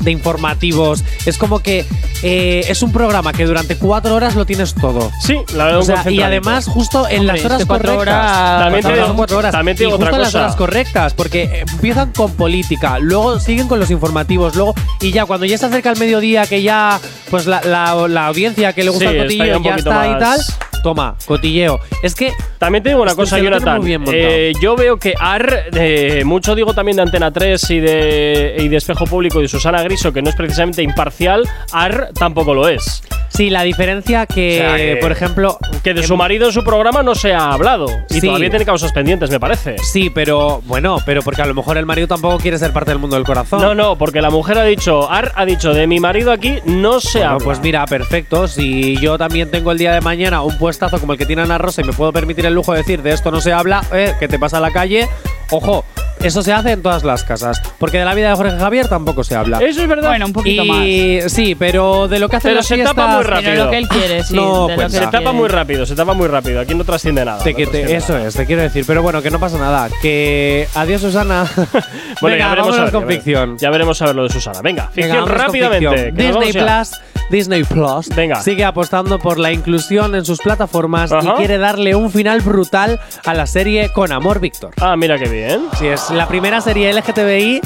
Speaker 4: de informativos. Es como que eh, es un programa que durante cuatro horas lo tienes todo.
Speaker 2: Sí, la verdad
Speaker 4: O
Speaker 2: un
Speaker 4: sea, y
Speaker 2: concentradito.
Speaker 4: además justo en
Speaker 3: Hombre,
Speaker 4: las horas
Speaker 3: es que cuatro
Speaker 4: correctas.
Speaker 3: horas-
Speaker 2: También te
Speaker 4: Cuatro
Speaker 2: digo-
Speaker 4: horas, cuatro horas.
Speaker 2: también te
Speaker 4: Y
Speaker 2: digo
Speaker 4: justo
Speaker 2: otra
Speaker 4: en las
Speaker 2: cosa.
Speaker 4: horas correctas, porque eh, empiezan con política, luego siguen con los informativos, luego y ya cuando ya se acerca el mediodía, que ya pues la, la- la audiencia que le gusta
Speaker 2: Sí, está
Speaker 4: el
Speaker 2: ya
Speaker 4: cotilleo
Speaker 2: un
Speaker 4: ya
Speaker 2: poquito
Speaker 4: está y tal,
Speaker 2: más.
Speaker 4: toma, cotilleo. Es que
Speaker 2: También te digo una
Speaker 4: Esto
Speaker 2: cosa,
Speaker 4: se lo tiene
Speaker 2: Jonathan.
Speaker 4: Este muy bien montado.
Speaker 2: Eh, yo veo que AR, eh, mucho digo también de Antena 3 y de, y de Espejo Público y Susana Griso, que no es precisamente imparcial, AR tampoco lo es.
Speaker 4: sí, la diferencia que,
Speaker 2: O sea, que-
Speaker 4: por ejemplo,
Speaker 2: Que de
Speaker 4: que-
Speaker 2: su marido en su programa no se ha hablado. Y
Speaker 4: Sí.
Speaker 2: todavía tiene causas pendientes, me parece.
Speaker 4: Sí, pero bueno, pero porque a lo mejor el marido tampoco quiere ser parte del mundo del corazón.
Speaker 2: No, no, porque la mujer ha dicho, AR ha dicho, de mi marido aquí no se
Speaker 4: Bueno,
Speaker 2: habla.
Speaker 4: pues mira, perfecto. Si yo también tengo el día de mañana un puestazo como el que tiene Ana Rosa y me puedo permitir el lujo de decir de esto no se habla, eh, que te pasa a la calle, ojo, eso se hace en todas las casas. Porque de la vida de Jorge Javier tampoco se habla.
Speaker 2: Eso es verdad.
Speaker 3: Bueno, un poquito más.
Speaker 4: y sí, pero de lo que hace
Speaker 2: Pero
Speaker 4: las
Speaker 2: se tapa
Speaker 4: fiestas-
Speaker 2: muy rápido.
Speaker 3: Pero lo que él quiere, sí.
Speaker 4: No,
Speaker 3: de lo
Speaker 4: pues,
Speaker 2: se
Speaker 3: que él
Speaker 2: tapa
Speaker 3: quiere.
Speaker 2: muy rápido, se tapa muy rápido. Aquí no trasciende nada.
Speaker 4: Te-
Speaker 2: no
Speaker 4: que te-
Speaker 2: trasciende
Speaker 4: eso
Speaker 2: nada.
Speaker 4: es, te quiero decir. Pero bueno, que no pasa nada. Que adiós, Susana.
Speaker 2: (laughs) Bueno,
Speaker 4: Venga,
Speaker 2: ya veremos
Speaker 4: vámonos
Speaker 2: a ver,
Speaker 4: con
Speaker 2: ya ver-
Speaker 4: ficción.
Speaker 2: Ya veremos a ver lo de Susana. Venga,
Speaker 4: Venga,
Speaker 2: ficción
Speaker 4: vámonos con
Speaker 2: rápidamente.
Speaker 4: ficción.
Speaker 2: que nos
Speaker 4: Disney
Speaker 2: vamos ya.
Speaker 4: Plus, Disney Plus
Speaker 2: Venga.
Speaker 4: sigue apostando por la inclusión en sus plataformas y
Speaker 2: Ajá.
Speaker 4: quiere darle un final brutal a la serie Con Amor Víctor.
Speaker 2: Ah, mira qué bien.
Speaker 4: Si es la primera serie LGTBI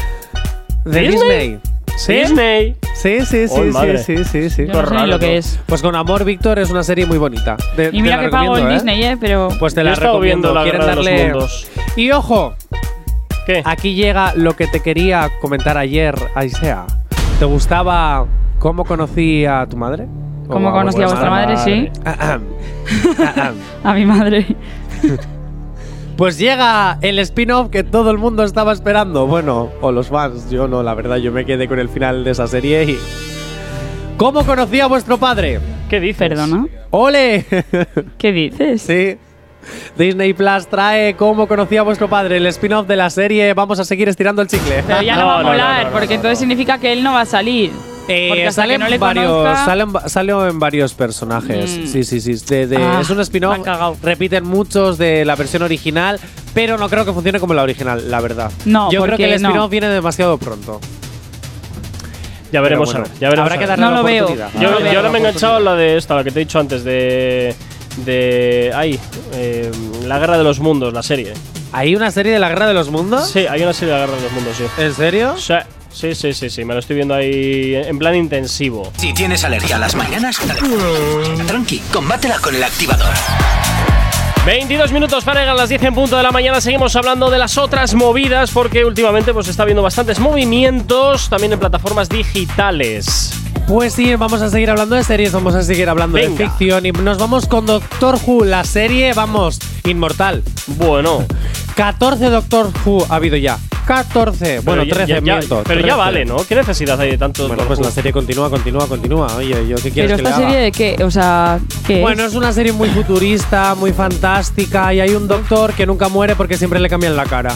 Speaker 4: de
Speaker 2: ¿Disney?
Speaker 4: Disney. ¿Sí?
Speaker 2: Disney.
Speaker 4: Sí, sí, sí,
Speaker 2: Oh, madre.
Speaker 4: sí, sí, sí, sí.
Speaker 3: Yo no sé ni lo que es.
Speaker 4: Pues Con Amor Víctor es una serie muy bonita. Te-
Speaker 3: Y
Speaker 4: te
Speaker 3: mira
Speaker 4: la
Speaker 3: que pago en
Speaker 4: recomiendo, ¿eh?
Speaker 3: Disney, ¿eh? Pero...
Speaker 4: Pues te
Speaker 2: Yo he
Speaker 4: la
Speaker 2: estado viendo
Speaker 4: recomiendo.
Speaker 2: La
Speaker 4: Quieren
Speaker 2: Guerra de los
Speaker 4: darle.
Speaker 2: Mundos.
Speaker 4: Y ojo,
Speaker 2: ¿Qué?
Speaker 4: Aquí llega lo que te quería comentar ayer, Aisea. ¿Te gustaba cómo conocí a tu madre?
Speaker 3: ¿Cómo
Speaker 4: O
Speaker 3: conocí a vuestra madre? Sí,
Speaker 4: Ahem. Ahem.
Speaker 3: a mi madre.
Speaker 4: pues llega el spin-off que todo el mundo estaba esperando. Bueno, o los fans, yo no, la verdad, yo me quedé con el final de esa serie y. ¿Cómo conocí a vuestro padre?
Speaker 2: ¿Qué dices?
Speaker 3: Perdona.
Speaker 4: ¡Ole! (laughs)
Speaker 3: ¿Qué dices?
Speaker 4: sí. Disney Plus trae Cómo conocí a vuestro padre, el spin-off de la serie. Vamos a seguir estirando el chicle.
Speaker 3: Pero ya no,
Speaker 2: No,
Speaker 3: va a
Speaker 2: no, no,
Speaker 3: molar,
Speaker 2: no, no,
Speaker 3: porque
Speaker 2: no,
Speaker 3: entonces significa que él no va a salir.
Speaker 4: Eh,
Speaker 3: porque hasta que
Speaker 4: salen
Speaker 3: no le
Speaker 4: varios,
Speaker 3: conozca-
Speaker 4: salen, va- salen varios personajes.
Speaker 3: Mm.
Speaker 4: Sí, sí, sí. De- de-
Speaker 3: Ah,
Speaker 4: es un
Speaker 3: me han
Speaker 4: spin-off.
Speaker 3: cagao.
Speaker 4: Repiten muchos de la versión original, pero no creo que funcione como la original, la verdad.
Speaker 3: No,
Speaker 4: Yo creo que el
Speaker 3: porque no.
Speaker 4: spin-off viene demasiado pronto.
Speaker 2: Ya veremos
Speaker 4: Pero
Speaker 2: a ver.
Speaker 4: bueno,
Speaker 2: Ya veremos
Speaker 4: Habrá
Speaker 2: a
Speaker 4: que
Speaker 2: ver.
Speaker 4: darle
Speaker 3: No
Speaker 4: la
Speaker 3: lo veo.
Speaker 4: oportunidad.
Speaker 3: No
Speaker 2: Yo,
Speaker 3: lo
Speaker 2: yo
Speaker 3: veo.
Speaker 2: ahora me he enganchado a la de esta, la que te he dicho antes, de. de. Ay, eh, La Guerra de los Mundos, la serie.
Speaker 4: ¿Hay una serie de la Guerra de los
Speaker 3: ¿Ah?
Speaker 4: Mundos?
Speaker 2: Sí, hay una serie de La Guerra de los Mundos, sí.
Speaker 4: ¿En serio?
Speaker 2: O sea, Sí, sí, sí, sí, me lo estoy viendo ahí en plan intensivo.
Speaker 1: Si tienes alergia a las mañanas, dale. tranqui, combátela con el activador.
Speaker 2: 22 minutos para llegar a las 10 en punto de la mañana. Seguimos hablando de las otras movidas porque últimamente pues está habiendo bastantes movimientos también en plataformas digitales.
Speaker 4: Pues sí, vamos a seguir hablando de series, vamos a seguir hablando de
Speaker 2: Venga.
Speaker 4: ficción y nos vamos con Doctor Who, la serie, vamos, inmortal.
Speaker 2: Bueno,
Speaker 4: 14 Doctor Who ha habido ya. 14, bueno,
Speaker 2: pero ya-
Speaker 4: 13,
Speaker 2: ya- ya-
Speaker 4: miento,
Speaker 2: pero ya
Speaker 4: 13.
Speaker 2: vale, ¿no? ¿Qué necesidad hay de tanto?
Speaker 4: Bueno, pues la serie continúa, continúa, continúa. Oye, yo qué
Speaker 3: Pero
Speaker 4: quieres que
Speaker 3: esta
Speaker 4: le haga?
Speaker 3: serie de qué, o sea, ¿qué
Speaker 4: Bueno,
Speaker 3: es?
Speaker 4: es una serie muy futurista, muy fantástica y hay un doctor que nunca muere porque siempre le cambian la cara.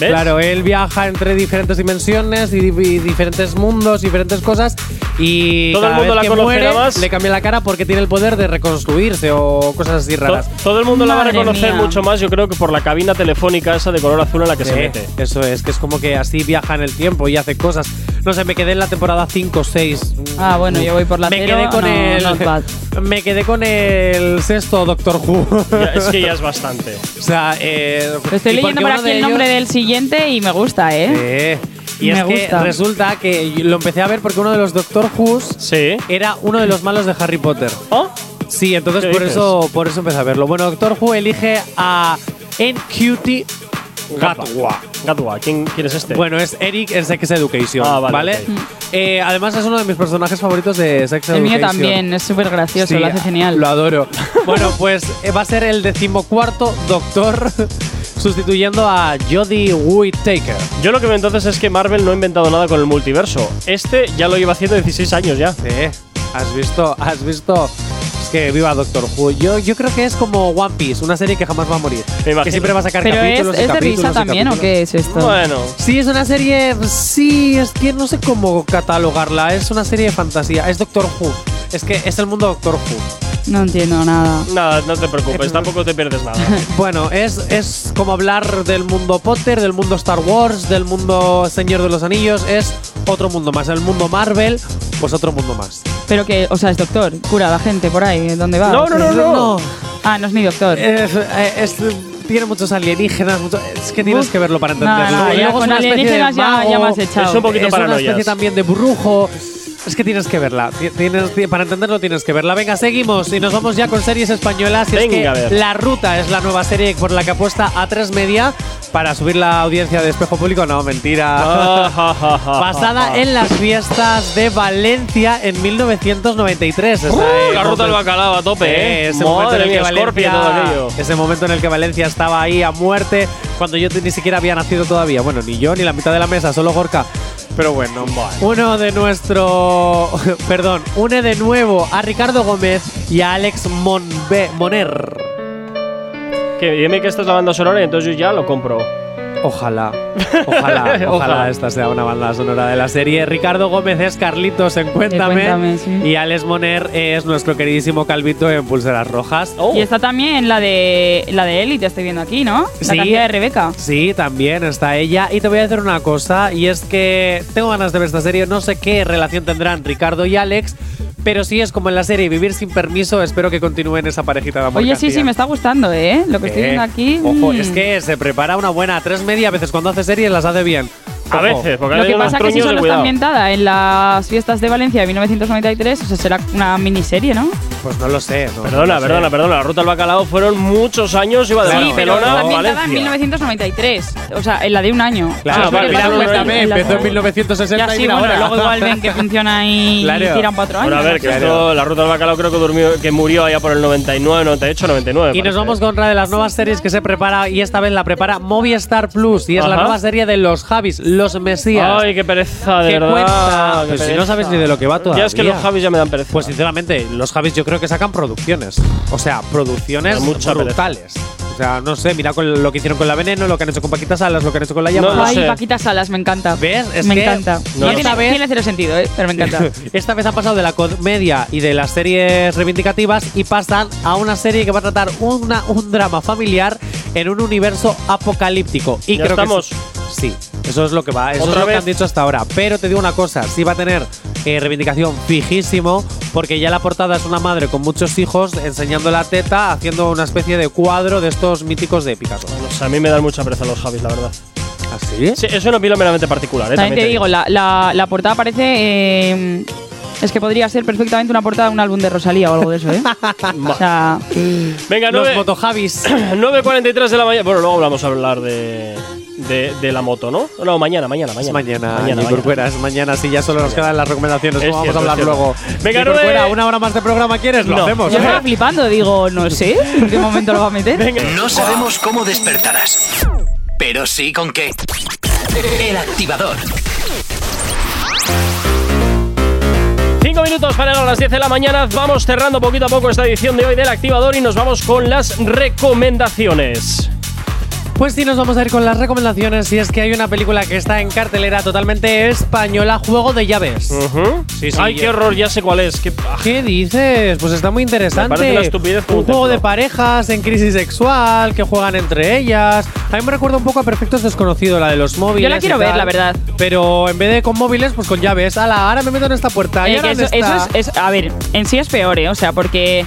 Speaker 2: ¿Ves?
Speaker 4: Claro, él viaja entre diferentes dimensiones y, y diferentes mundos, diferentes cosas y
Speaker 2: Todo el
Speaker 4: cada
Speaker 2: mundo
Speaker 4: vez
Speaker 2: la
Speaker 4: que
Speaker 2: conocerá
Speaker 4: muere
Speaker 2: más.
Speaker 4: le cambian la cara porque tiene el poder de reconstruirse o cosas así
Speaker 2: To-
Speaker 4: raras.
Speaker 2: todo el mundo la va a
Speaker 3: Madre
Speaker 2: reconocer
Speaker 3: mía.
Speaker 2: mucho más, yo creo que por la cabina telefónica esa de color azul en la que se
Speaker 4: Sí,
Speaker 2: mete.
Speaker 4: Eso es, que es como que así viaja en el tiempo y hace cosas. No sé, me quedé en la temporada 5 o 6.
Speaker 3: Ah, bueno, yo voy por la
Speaker 4: me
Speaker 3: cero,
Speaker 4: quedé con
Speaker 3: no,
Speaker 4: el
Speaker 3: not bad.
Speaker 4: (laughs) Me quedé con el sexto Doctor Who. (laughs)
Speaker 2: Ya, es que ya es bastante.
Speaker 4: o sea, eh,
Speaker 3: Lo estoy
Speaker 4: y
Speaker 3: leyendo
Speaker 4: porque
Speaker 3: por
Speaker 4: uno
Speaker 3: aquí
Speaker 4: de
Speaker 3: el nombre
Speaker 4: ellos-
Speaker 3: del siguiente y me gusta, ¿eh?
Speaker 4: Eh, Y
Speaker 3: Me
Speaker 4: es que
Speaker 3: gusta.
Speaker 4: resulta que yo lo empecé a ver porque uno de los Doctor Who's
Speaker 2: Sí.
Speaker 4: era uno de los malos de Harry Potter.
Speaker 2: ¿Oh?
Speaker 4: Sí, entonces
Speaker 2: ¿Qué
Speaker 4: por
Speaker 2: dices?
Speaker 4: eso, por eso empecé a verlo. Bueno, Doctor Who elige a NQT Gatwa.
Speaker 2: Gatwa, ¿quién, quién es este?
Speaker 4: Bueno, es Eric en Sex Education,
Speaker 2: Ah, vale,
Speaker 4: vale.
Speaker 2: ok.
Speaker 4: Eh, además es uno de mis personajes favoritos de Sex
Speaker 3: Mm. El
Speaker 4: Education.
Speaker 3: mío también, es súper gracioso,
Speaker 4: Sí,
Speaker 3: lo hace genial.
Speaker 4: Lo
Speaker 3: (laughs)
Speaker 4: adoro. bueno, pues eh, va a ser el decimocuarto Doctor (laughs) sustituyendo a Jodie Whittaker.
Speaker 2: Yo lo que veo entonces es que Marvel no ha inventado nada con el multiverso. Este ya lo lleva haciendo 16 años ya.
Speaker 4: Sí, has visto, has visto. Es que viva Doctor Who. Yo, yo creo que es como One Piece, una serie que jamás va a morir.
Speaker 2: Me imagino.
Speaker 4: Que siempre va a sacar
Speaker 3: Pero es,
Speaker 4: capítulos y
Speaker 3: es de
Speaker 4: capítulos
Speaker 3: risa
Speaker 4: y
Speaker 3: también, ¿o
Speaker 4: capítulos.
Speaker 3: qué es esto?
Speaker 2: Bueno,
Speaker 4: Sí, es una serie. Sí, es que no sé cómo catalogarla. Es una serie de fantasía. Es Doctor Who. Es que es el mundo Doctor Who.
Speaker 3: No entiendo nada.
Speaker 2: nada, no te preocupes, tampoco te pierdes nada.
Speaker 4: (laughs) Bueno, es, es como hablar del mundo Potter, del mundo Star Wars, del mundo Señor de los Anillos. Es otro mundo más. El mundo Marvel, pues otro mundo más.
Speaker 3: Pero que, o sea, es doctor, cura a la gente por ahí, ¿dónde va?
Speaker 2: No, no, no, no.
Speaker 3: Ah, no es mi doctor.
Speaker 4: Es- eh, es- tiene muchos alienígenas. mucho- es que tienes
Speaker 3: Uf.
Speaker 4: que verlo para
Speaker 3: Nada,
Speaker 4: entenderlo.
Speaker 3: nada,
Speaker 4: Y
Speaker 3: ya
Speaker 4: luego es
Speaker 3: con
Speaker 4: una especie de
Speaker 3: alienígenas ya,
Speaker 4: mago,
Speaker 3: ya me has echado.
Speaker 2: Es un poquito
Speaker 4: es una
Speaker 2: paranoias.
Speaker 4: especie también de brujo. Es que tienes que verla. Ti- Tienes, ti- para entenderlo tienes que verla. Venga, seguimos y nos vamos ya con series españolas. Y es
Speaker 2: Venga,
Speaker 4: que
Speaker 2: a ver.
Speaker 4: La Ruta es la nueva serie por la que apuesta a 3 Media para subir la audiencia de Espejo Público. No,
Speaker 2: Ah,
Speaker 4: (laughs) mentira. Basada en las fiestas de Valencia en 1993. O sea, eh,
Speaker 2: Uh, la ruta del bacalao a tope,
Speaker 4: eh,
Speaker 2: ¿eh?
Speaker 4: ese momento en
Speaker 2: Madre
Speaker 4: el que
Speaker 2: mía, Scorpio
Speaker 4: Valencia,
Speaker 2: todo aquello.
Speaker 4: ese momento en el que Valencia estaba ahí a muerte, cuando yo te- ni siquiera había nacido todavía. Bueno, ni yo ni la mitad de la mesa, solo Gorka. Pero bueno, uno de nuestro, (laughs) perdón, une de nuevo a Ricardo Gómez y a Alex Monbe- Moner.
Speaker 2: Que dime que esta es la banda sonora y entonces yo ya lo compro.
Speaker 4: Ojalá,
Speaker 2: (laughs)
Speaker 4: ojalá, ojalá
Speaker 2: Ojalá.
Speaker 4: esta sea una banda sonora de la serie. Ricardo Gómez es Carlitos en Cuéntame,
Speaker 3: Cuéntame, sí.
Speaker 4: y Alex Moner es nuestro queridísimo Calvito en Pulseras Rojas.
Speaker 2: Oh.
Speaker 3: Y está también la de la de Élite, estoy viendo aquí, ¿no? La
Speaker 4: Sí.
Speaker 3: canción de Rebeca.
Speaker 4: Sí, también está ella. Y te voy a decir una cosa, y es que tengo ganas de ver esta serie. No sé qué relación tendrán Ricardo y Alex, pero sí es como en la serie Vivir sin permiso. Espero que continúen esa parejita de amor.
Speaker 3: Oye, sí, sí, me está gustando, ¿eh? Lo que estoy viendo aquí.
Speaker 4: Ojo,
Speaker 3: mm.
Speaker 4: es que se prepara una buena. Tres media a veces cuando hace series las hace bien.
Speaker 2: A
Speaker 4: Ojo.
Speaker 2: veces, porque
Speaker 3: Lo
Speaker 2: hay
Speaker 3: que
Speaker 2: unos
Speaker 3: pasa que si
Speaker 2: truños de
Speaker 3: solo está
Speaker 2: cuidado.
Speaker 3: ambientada en las fiestas de Valencia de 1993, o sea, será una miniserie, ¿no?
Speaker 4: Pues no lo sé. no, no
Speaker 2: Perdona,
Speaker 4: lo sé.
Speaker 2: perdona, perdona. La ruta al bacalao fueron muchos años, iba de
Speaker 4: Claro,
Speaker 3: sí, pero
Speaker 2: Barcelona
Speaker 3: está
Speaker 2: a
Speaker 3: ambientada en
Speaker 2: Valencia.
Speaker 3: 1993, o sea, en la de un año.
Speaker 4: Claro,
Speaker 2: Ah,
Speaker 3: Eso es lo
Speaker 4: vale,
Speaker 2: vale,
Speaker 3: que
Speaker 4: mira,
Speaker 3: pasa
Speaker 2: claro,
Speaker 3: con las-
Speaker 4: cuéntame,
Speaker 2: claro.
Speaker 3: en las-
Speaker 4: empezó en
Speaker 3: Ya
Speaker 4: 1960 y
Speaker 3: sí,
Speaker 4: mira
Speaker 3: bueno,
Speaker 4: ahora.
Speaker 3: luego igual ven que funciona y
Speaker 4: Claro.
Speaker 3: tiran para otro año.
Speaker 2: Bueno, a ver, que esto, la ruta al bacalao creo que, durmió, que murió allá por el 99, 98, 99.
Speaker 4: Y nos
Speaker 2: parece.
Speaker 4: vamos con otra de las nuevas series que se prepara y esta vez la prepara Movistar Plus y es la
Speaker 2: Ajá.
Speaker 4: nueva serie de los Javis, los Mesías.
Speaker 2: Ay, qué pereza, de
Speaker 4: ¿Qué
Speaker 2: verdad.
Speaker 4: cuenta?
Speaker 2: qué
Speaker 4: Pues si
Speaker 2: pereza.
Speaker 4: no sabes ni de lo que va
Speaker 2: Ya es que
Speaker 4: todavía.
Speaker 2: los Javis ya me dan pereza.
Speaker 4: Pues sinceramente, los Javis yo creo que sacan producciones. O sea, producciones
Speaker 2: Da mucha
Speaker 4: brutales. O sea, no sé, mira con lo que hicieron con la veneno, lo que han hecho con Paquita Salas, lo que han hecho con la llama.
Speaker 2: No lo
Speaker 3: Ay,
Speaker 2: sé.
Speaker 3: Paquita Salas, me encanta.
Speaker 4: ¿Ves? Es
Speaker 3: me
Speaker 4: que-
Speaker 3: encanta.
Speaker 4: no
Speaker 3: No
Speaker 4: lo
Speaker 3: tiene,
Speaker 4: sabes.
Speaker 3: tiene cero sentido, ¿eh? pero me
Speaker 4: (laughs)
Speaker 3: encanta.
Speaker 4: Esta vez han pasado de la comedia y de las series reivindicativas y pasan a una serie que va a tratar una, un drama familiar en un universo apocalíptico. Y
Speaker 2: Ya
Speaker 4: creo
Speaker 2: estamos.
Speaker 4: que eso- sí, eso es lo que va, eso es
Speaker 2: ¿Otra
Speaker 4: lo que
Speaker 2: vez?
Speaker 4: han dicho hasta ahora. Pero te digo una cosa, sí va a tener eh, reivindicación fijísimo porque ya la portada es una madre con muchos hijos enseñando la teta, haciendo una especie de cuadro de estos míticos de Picasso.
Speaker 2: No sé, Pues a mí me dan mucha pereza los Javis, la verdad.
Speaker 4: ¿Así?
Speaker 2: ¿Ah, Sí, es una opinión meramente particular, ¿eh?
Speaker 3: También te digo, la, la- la portada parece. eh, es que podría ser perfectamente una portada de un álbum de Rosalía o algo de eso,
Speaker 4: (laughs)
Speaker 3: ¿eh? o sea,
Speaker 2: Venga,
Speaker 4: Los
Speaker 2: 9, (clears throat)
Speaker 4: motojavis.
Speaker 2: 9.43 de la mañana. Bueno, luego vamos a hablar de, de, de la moto, ¿no? No, mañana, mañana, mañana.
Speaker 4: Es mañana, mañana,
Speaker 2: mañana.
Speaker 4: Corcueras, mañana, sí, ya solo nos quedan las recomendaciones,
Speaker 2: Es
Speaker 4: ¿cómo vamos
Speaker 2: cierto,
Speaker 4: a hablar
Speaker 2: es cierto.
Speaker 4: luego?
Speaker 2: Venga,
Speaker 4: Ni
Speaker 2: Rubén.
Speaker 4: Corcuera, una hora más de programa quieres, lo
Speaker 2: No.
Speaker 4: hacemos.
Speaker 3: yo
Speaker 4: ¿eh?
Speaker 3: estaba flipando, digo, no sé en qué momento lo va a meter.
Speaker 1: No sabemos cómo despertarás, pero sí con qué. El activador.
Speaker 2: 5 minutos para llegar a las 10 de la mañana. Vamos cerrando poquito a poco esta edición de hoy del activador y nos vamos con las recomendaciones.
Speaker 4: Pues sí, nos vamos a ir con las recomendaciones y es que hay una película que está en cartelera totalmente española, Juego de Llaves. Sí, sí,
Speaker 2: Ay,
Speaker 4: ya-
Speaker 2: qué horror, ya sé cuál es. Qué- ah,
Speaker 4: ¿Qué dices? Pues está muy interesante.
Speaker 2: Me parece una estupidez como
Speaker 4: un
Speaker 2: un
Speaker 4: juego
Speaker 2: templo.
Speaker 4: de parejas en crisis sexual que juegan entre ellas. A mí me recuerda un poco a Perfectos Desconocidos, la de los
Speaker 3: Yo
Speaker 4: móviles.
Speaker 3: la quiero
Speaker 4: y
Speaker 3: ver,
Speaker 4: tal.
Speaker 3: la verdad.
Speaker 4: Pero en vez de con móviles, pues con llaves. Ala, ahora me meto en esta puerta. y
Speaker 3: Eh, que
Speaker 4: ahora en
Speaker 3: eso, eso
Speaker 4: esta.
Speaker 3: es, es- a ver, en sí es peor, ¿eh? o sea, porque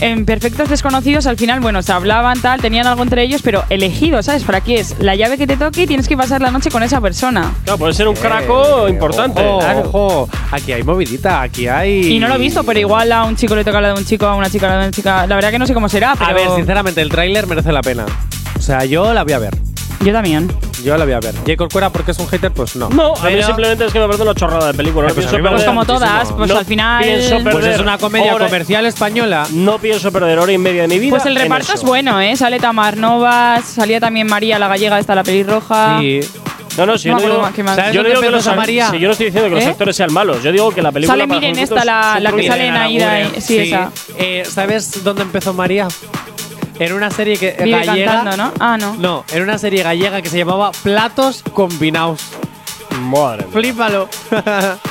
Speaker 3: en Perfectos Desconocidos al final, bueno, se hablaban tal, tenían algo entre ellos, pero elegido, ¿sabes? ¿Para qué es? La llave que te toque y tienes que pasar la noche con esa persona.
Speaker 2: Claro, puede
Speaker 3: Eh,
Speaker 2: ser un craco importante.
Speaker 4: Eh, Ojo,
Speaker 2: Claro.
Speaker 4: ojo. aquí hay movidita, aquí hay.
Speaker 3: Y no lo he visto, pero igual a un chico le toca la de un chico, a una chica la de una chica. La verdad que no sé cómo será, pero
Speaker 4: A ver, sinceramente, el tráiler merece la pena. O sea, yo la voy a ver.
Speaker 3: yo también.
Speaker 4: Yo la voy a ver. J. Corcuera, porque es un hater, pues no.
Speaker 2: No, a mí
Speaker 4: Pero-
Speaker 2: simplemente es que me parece una chorrada de película.
Speaker 4: Eh,
Speaker 2: No
Speaker 4: pues a
Speaker 2: pienso
Speaker 4: mí me
Speaker 3: Pues
Speaker 2: perder-
Speaker 4: gusta
Speaker 3: como todas,
Speaker 4: muchísimo.
Speaker 3: pues
Speaker 2: No
Speaker 3: al final.
Speaker 2: pienso perder-
Speaker 4: Pues es una comedia
Speaker 2: Ahora-
Speaker 4: comercial española.
Speaker 2: No pienso perder hora y media de mi vida.
Speaker 3: Pues el
Speaker 2: en
Speaker 3: reparto es
Speaker 2: eso.
Speaker 3: bueno, ¿eh? Sale Tamar Novas, salía también María la gallega, está la pelirroja.
Speaker 4: Y
Speaker 2: No, no, si yo
Speaker 3: No me
Speaker 2: no
Speaker 3: acuerdo
Speaker 2: digo,
Speaker 3: más, ¿qué más?
Speaker 2: ¿sabes yo no
Speaker 4: dónde
Speaker 2: digo que
Speaker 4: empezó
Speaker 2: los
Speaker 4: esa María?
Speaker 2: si yo no estoy diciendo que los
Speaker 3: ¿Eh?
Speaker 2: actores sean malos, yo digo que la película
Speaker 3: Sale,
Speaker 2: para
Speaker 3: miren,
Speaker 2: jovencitos
Speaker 3: esta, la-
Speaker 2: es
Speaker 3: la que
Speaker 2: horrible.
Speaker 3: sale en Aida y- sí,
Speaker 4: Miren,
Speaker 3: esa.
Speaker 4: eh, ¿Sabes dónde empezó María? En una serie que
Speaker 3: Vive
Speaker 4: gallega.
Speaker 3: cantando, ¿no? Ah, no.
Speaker 4: No, en una serie gallega que se llamaba Platos Combinados.
Speaker 2: Madre mía.
Speaker 4: Flípalo. (laughs)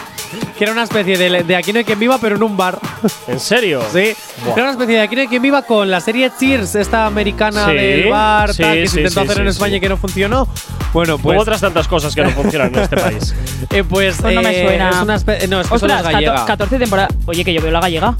Speaker 4: que era una especie de, de Aquí no hay quien viva, pero en un bar.
Speaker 2: ¿En serio?
Speaker 4: Sí,
Speaker 2: Buah.
Speaker 4: era una especie de aquí no hay quien viva con la serie Cheers, esta americana
Speaker 2: Sí,
Speaker 4: del bar, tal,
Speaker 2: sí, sí,
Speaker 4: que se intentó
Speaker 2: sí,
Speaker 4: hacer en
Speaker 2: sí,
Speaker 4: España
Speaker 2: sí.
Speaker 4: y que no funcionó. Bueno,
Speaker 2: Como
Speaker 4: pues.
Speaker 2: otras tantas cosas que no funcionan en
Speaker 3: (laughs)
Speaker 2: este país.
Speaker 4: eh, pues,
Speaker 3: Pues no me
Speaker 4: eh,
Speaker 3: suena.
Speaker 4: Es una espe- no, es que solo
Speaker 3: Ostras,
Speaker 4: es gallega.
Speaker 3: 14 temporadas. Oye, que yo veo la gallega.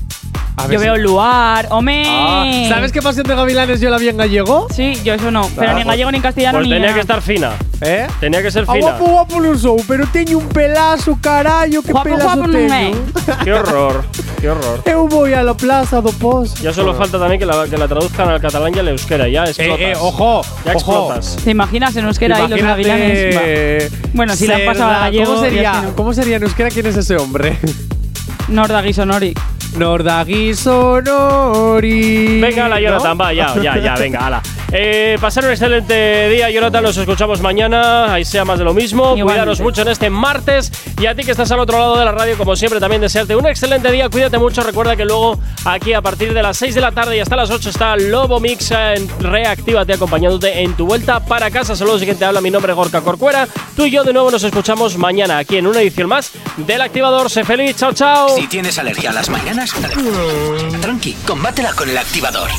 Speaker 4: A ver
Speaker 3: Yo
Speaker 4: si-
Speaker 3: veo Luar, homé.
Speaker 4: Ah, ¿Sabes qué pasión de Gavilanes yo la vi en gallego?
Speaker 3: Sí, yo eso no. Pero ni en gallego ni en castellano
Speaker 2: Pues
Speaker 3: ni
Speaker 2: tenía
Speaker 3: en-
Speaker 2: que estar fina.
Speaker 4: ¿Eh?
Speaker 2: Tenía que ser
Speaker 4: Ah,
Speaker 2: fina.
Speaker 4: guapo, guapo, no sou, pero teño un pelazo, carallo, que
Speaker 3: Guapo,
Speaker 4: pelazo
Speaker 3: guapo, non é.
Speaker 4: teño.
Speaker 2: Qué horror, qué horror.
Speaker 3: (laughs)
Speaker 4: Eu voy a la plaza do pos.
Speaker 2: Ya solo falta también que la, que la traduzcan al catalán y al euskera. Ya explotas.
Speaker 4: Eh, eh, ojo,
Speaker 2: Ya
Speaker 4: ojo.
Speaker 2: explotas.
Speaker 3: ¿Te imaginas en euskera ahí los
Speaker 4: Imagínate,
Speaker 3: gavilanes?
Speaker 4: eh,
Speaker 3: Bueno, si la han pasado a
Speaker 4: Serna,
Speaker 3: gallego,
Speaker 4: ¿Cómo
Speaker 3: ya
Speaker 4: sería,
Speaker 3: es que no.
Speaker 4: ¿Cómo sería en euskera quién es ese hombre?
Speaker 3: Nordagui Sonori.
Speaker 4: Nordagui Sonori.
Speaker 2: Venga, ala, Jonathan,
Speaker 4: ¿No?
Speaker 2: va, ya, ya, ya, venga, ala. Eh, pasar un excelente día, Jonathan. Nos escuchamos mañana. Ahí sea más de lo mismo.
Speaker 3: Igualmente.
Speaker 2: Cuidaros mucho en este martes. Y a ti que estás al otro lado de la radio, como siempre, también desearte un excelente día. Cuídate mucho. Recuerda que luego, aquí a partir de las 6 de la tarde y hasta las 8 está Lobo Mix eh, en Reactívate, acompañándote en tu vuelta para casa. Saludos y quien te habla. Mi nombre es Gorka Corcuera. Tú y yo de nuevo nos escuchamos mañana aquí en una edición más del Activador. Sé feliz. Chao, chao.
Speaker 1: Si tienes alergia a las mañanas, tranqui, combátela con el activador.